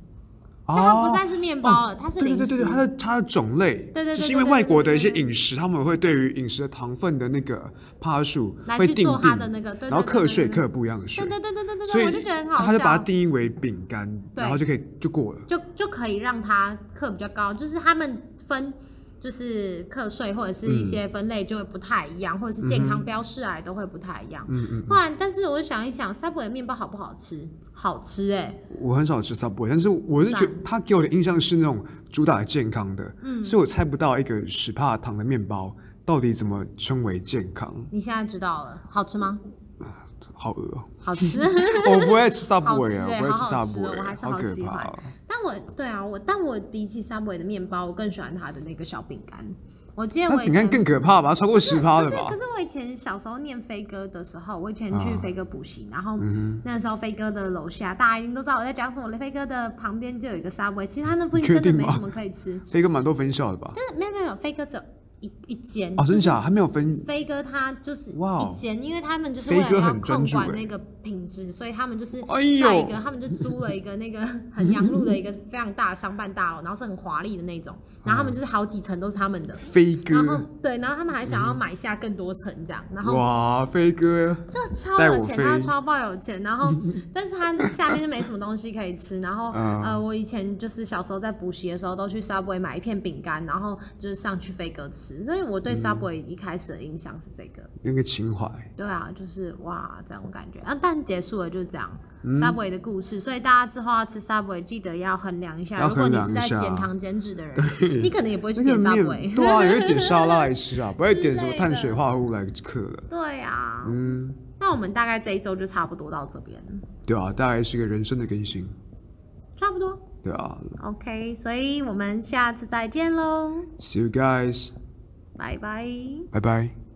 Speaker 2: 啊
Speaker 1: 就它不再是面包了，它是
Speaker 2: 哦对
Speaker 1: 零
Speaker 2: 对
Speaker 1: 食。
Speaker 2: 对对，它的它的种类，
Speaker 1: 对对对
Speaker 2: 就是因为
Speaker 1: 对对
Speaker 2: 外国的一
Speaker 1: 对
Speaker 2: 些
Speaker 1: 对对
Speaker 2: 饮食，他们会对于饮食的糖分的那个趴数
Speaker 1: 来
Speaker 2: 会
Speaker 1: 去
Speaker 2: 定
Speaker 1: 做它的
Speaker 2: 定
Speaker 1: 那个对对
Speaker 2: 然后
Speaker 1: 对
Speaker 2: 课
Speaker 1: 对
Speaker 2: 税
Speaker 1: 对
Speaker 2: 课不一样的税
Speaker 1: 对，对对对对对
Speaker 2: 所
Speaker 1: 对，
Speaker 2: 以
Speaker 1: 我就觉得很好笑。
Speaker 2: 他就把它定义为饼干，
Speaker 1: 对
Speaker 2: 然后就可以就过了。
Speaker 1: 就就可以让它课比较高，就是他们分就是课税或者是一
Speaker 2: 嗯
Speaker 1: 些分类就会不太一样，或者是健康标示啊都会不太一样。
Speaker 2: 嗯嗯，
Speaker 1: 后来，但是我想一想，Subway 的面包好不好吃？好吃哎、
Speaker 2: 我很少吃 Subway，但是我是觉得
Speaker 1: 赞
Speaker 2: 他给我的印象是那种主打健康的，
Speaker 1: 嗯
Speaker 2: 所以我猜不到一个十帕糖的面包到底怎么称为健康，
Speaker 1: 你现在知道了，好吃吗？
Speaker 2: 好饿哦！
Speaker 1: 好吃。
Speaker 2: 我不会吃 Subway 啊，
Speaker 1: 好吃欸
Speaker 2: 我不会吃
Speaker 1: 好好吃哦
Speaker 2: Subway，
Speaker 1: 我还是
Speaker 2: 好
Speaker 1: 好
Speaker 2: 可
Speaker 1: 喜
Speaker 2: 怕
Speaker 1: 欢
Speaker 2: 哦。
Speaker 1: 但我对啊，我但我比起 Subway 的面包，我更喜欢它的那个小饼干。我记得
Speaker 2: 那
Speaker 1: 我以
Speaker 2: 饼干
Speaker 1: 前
Speaker 2: 更可怕吧？超过十趴了
Speaker 1: 可是可
Speaker 2: 吧？啊
Speaker 1: 是我以前小时候念飞哥的时候，我以前去飞哥补习，然
Speaker 2: 嗯
Speaker 1: 后那时候飞哥的楼下，大家一定都知道我在讲什么。飞哥的旁边就有一个 Subway，其实他那附近
Speaker 2: 确
Speaker 1: 真的
Speaker 2: 定
Speaker 1: 没
Speaker 2: 吗
Speaker 1: 什么可以吃，
Speaker 2: 飞哥蛮多分校的吧？
Speaker 1: 但是没有没有没有飞哥只有一一间。
Speaker 2: 哦，真
Speaker 1: 就
Speaker 2: 的
Speaker 1: 是
Speaker 2: 假？还没有分
Speaker 1: 飞哥他就是
Speaker 2: 哇哦
Speaker 1: 一间，因为他们就是
Speaker 2: 飞
Speaker 1: 为了
Speaker 2: 哥
Speaker 1: 要
Speaker 2: 很专
Speaker 1: 控
Speaker 2: 注
Speaker 1: 管
Speaker 2: 欸
Speaker 1: 那个品质，所以他们就是
Speaker 2: 哎
Speaker 1: 在
Speaker 2: 呦
Speaker 1: 一个，他们就租了一个那个很洋路的一个非常大的商办大楼，然后是很华丽的那种，然后他们就是好几层都是他们的，
Speaker 2: 飞
Speaker 1: 然后
Speaker 2: 哥，
Speaker 1: 对，然后他们还想要买下更多层这样，然后
Speaker 2: 嗯哇，飞哥，
Speaker 1: 就超
Speaker 2: 带
Speaker 1: 有
Speaker 2: 我
Speaker 1: 钱，
Speaker 2: 飞
Speaker 1: 他超爆有钱，然 后但是他下面就没什么东西可以吃，然后、
Speaker 2: 嗯
Speaker 1: 呃，我以前就是小时候在补习的时候，都去 Subway 买一片饼干，然后就是上去飞哥吃，所以我
Speaker 2: 嗯
Speaker 1: 对 Subway 一开始的印象是这个，
Speaker 2: 那个情怀，
Speaker 1: 对啊，就是哇这种感觉，啊，但结束了就是这样。Subway
Speaker 2: 嗯
Speaker 1: 的故事，所以大家之后要吃 Subway，记得要衡量一下。
Speaker 2: 要
Speaker 1: 如果
Speaker 2: 衡
Speaker 1: 你
Speaker 2: 量
Speaker 1: 是
Speaker 2: 一
Speaker 1: 在
Speaker 2: 下啊
Speaker 1: 减糖减脂的人，你可能也不会去
Speaker 2: 那个
Speaker 1: 点
Speaker 2: 面
Speaker 1: Subway。
Speaker 2: 对啊，也会点沙拉来吃啊，不会
Speaker 1: 之
Speaker 2: 点什么
Speaker 1: 类
Speaker 2: 碳
Speaker 1: 的
Speaker 2: 水化合物来克了。
Speaker 1: 对啊，
Speaker 2: 嗯，
Speaker 1: 那我们大概这一周就差不多到这边，
Speaker 2: 对啊，大概是个人生的更新。
Speaker 1: 差不多。
Speaker 2: 对啊
Speaker 1: OK，所以我们下次再见喽，
Speaker 2: ，See you guys，
Speaker 1: 拜拜。
Speaker 2: 拜拜。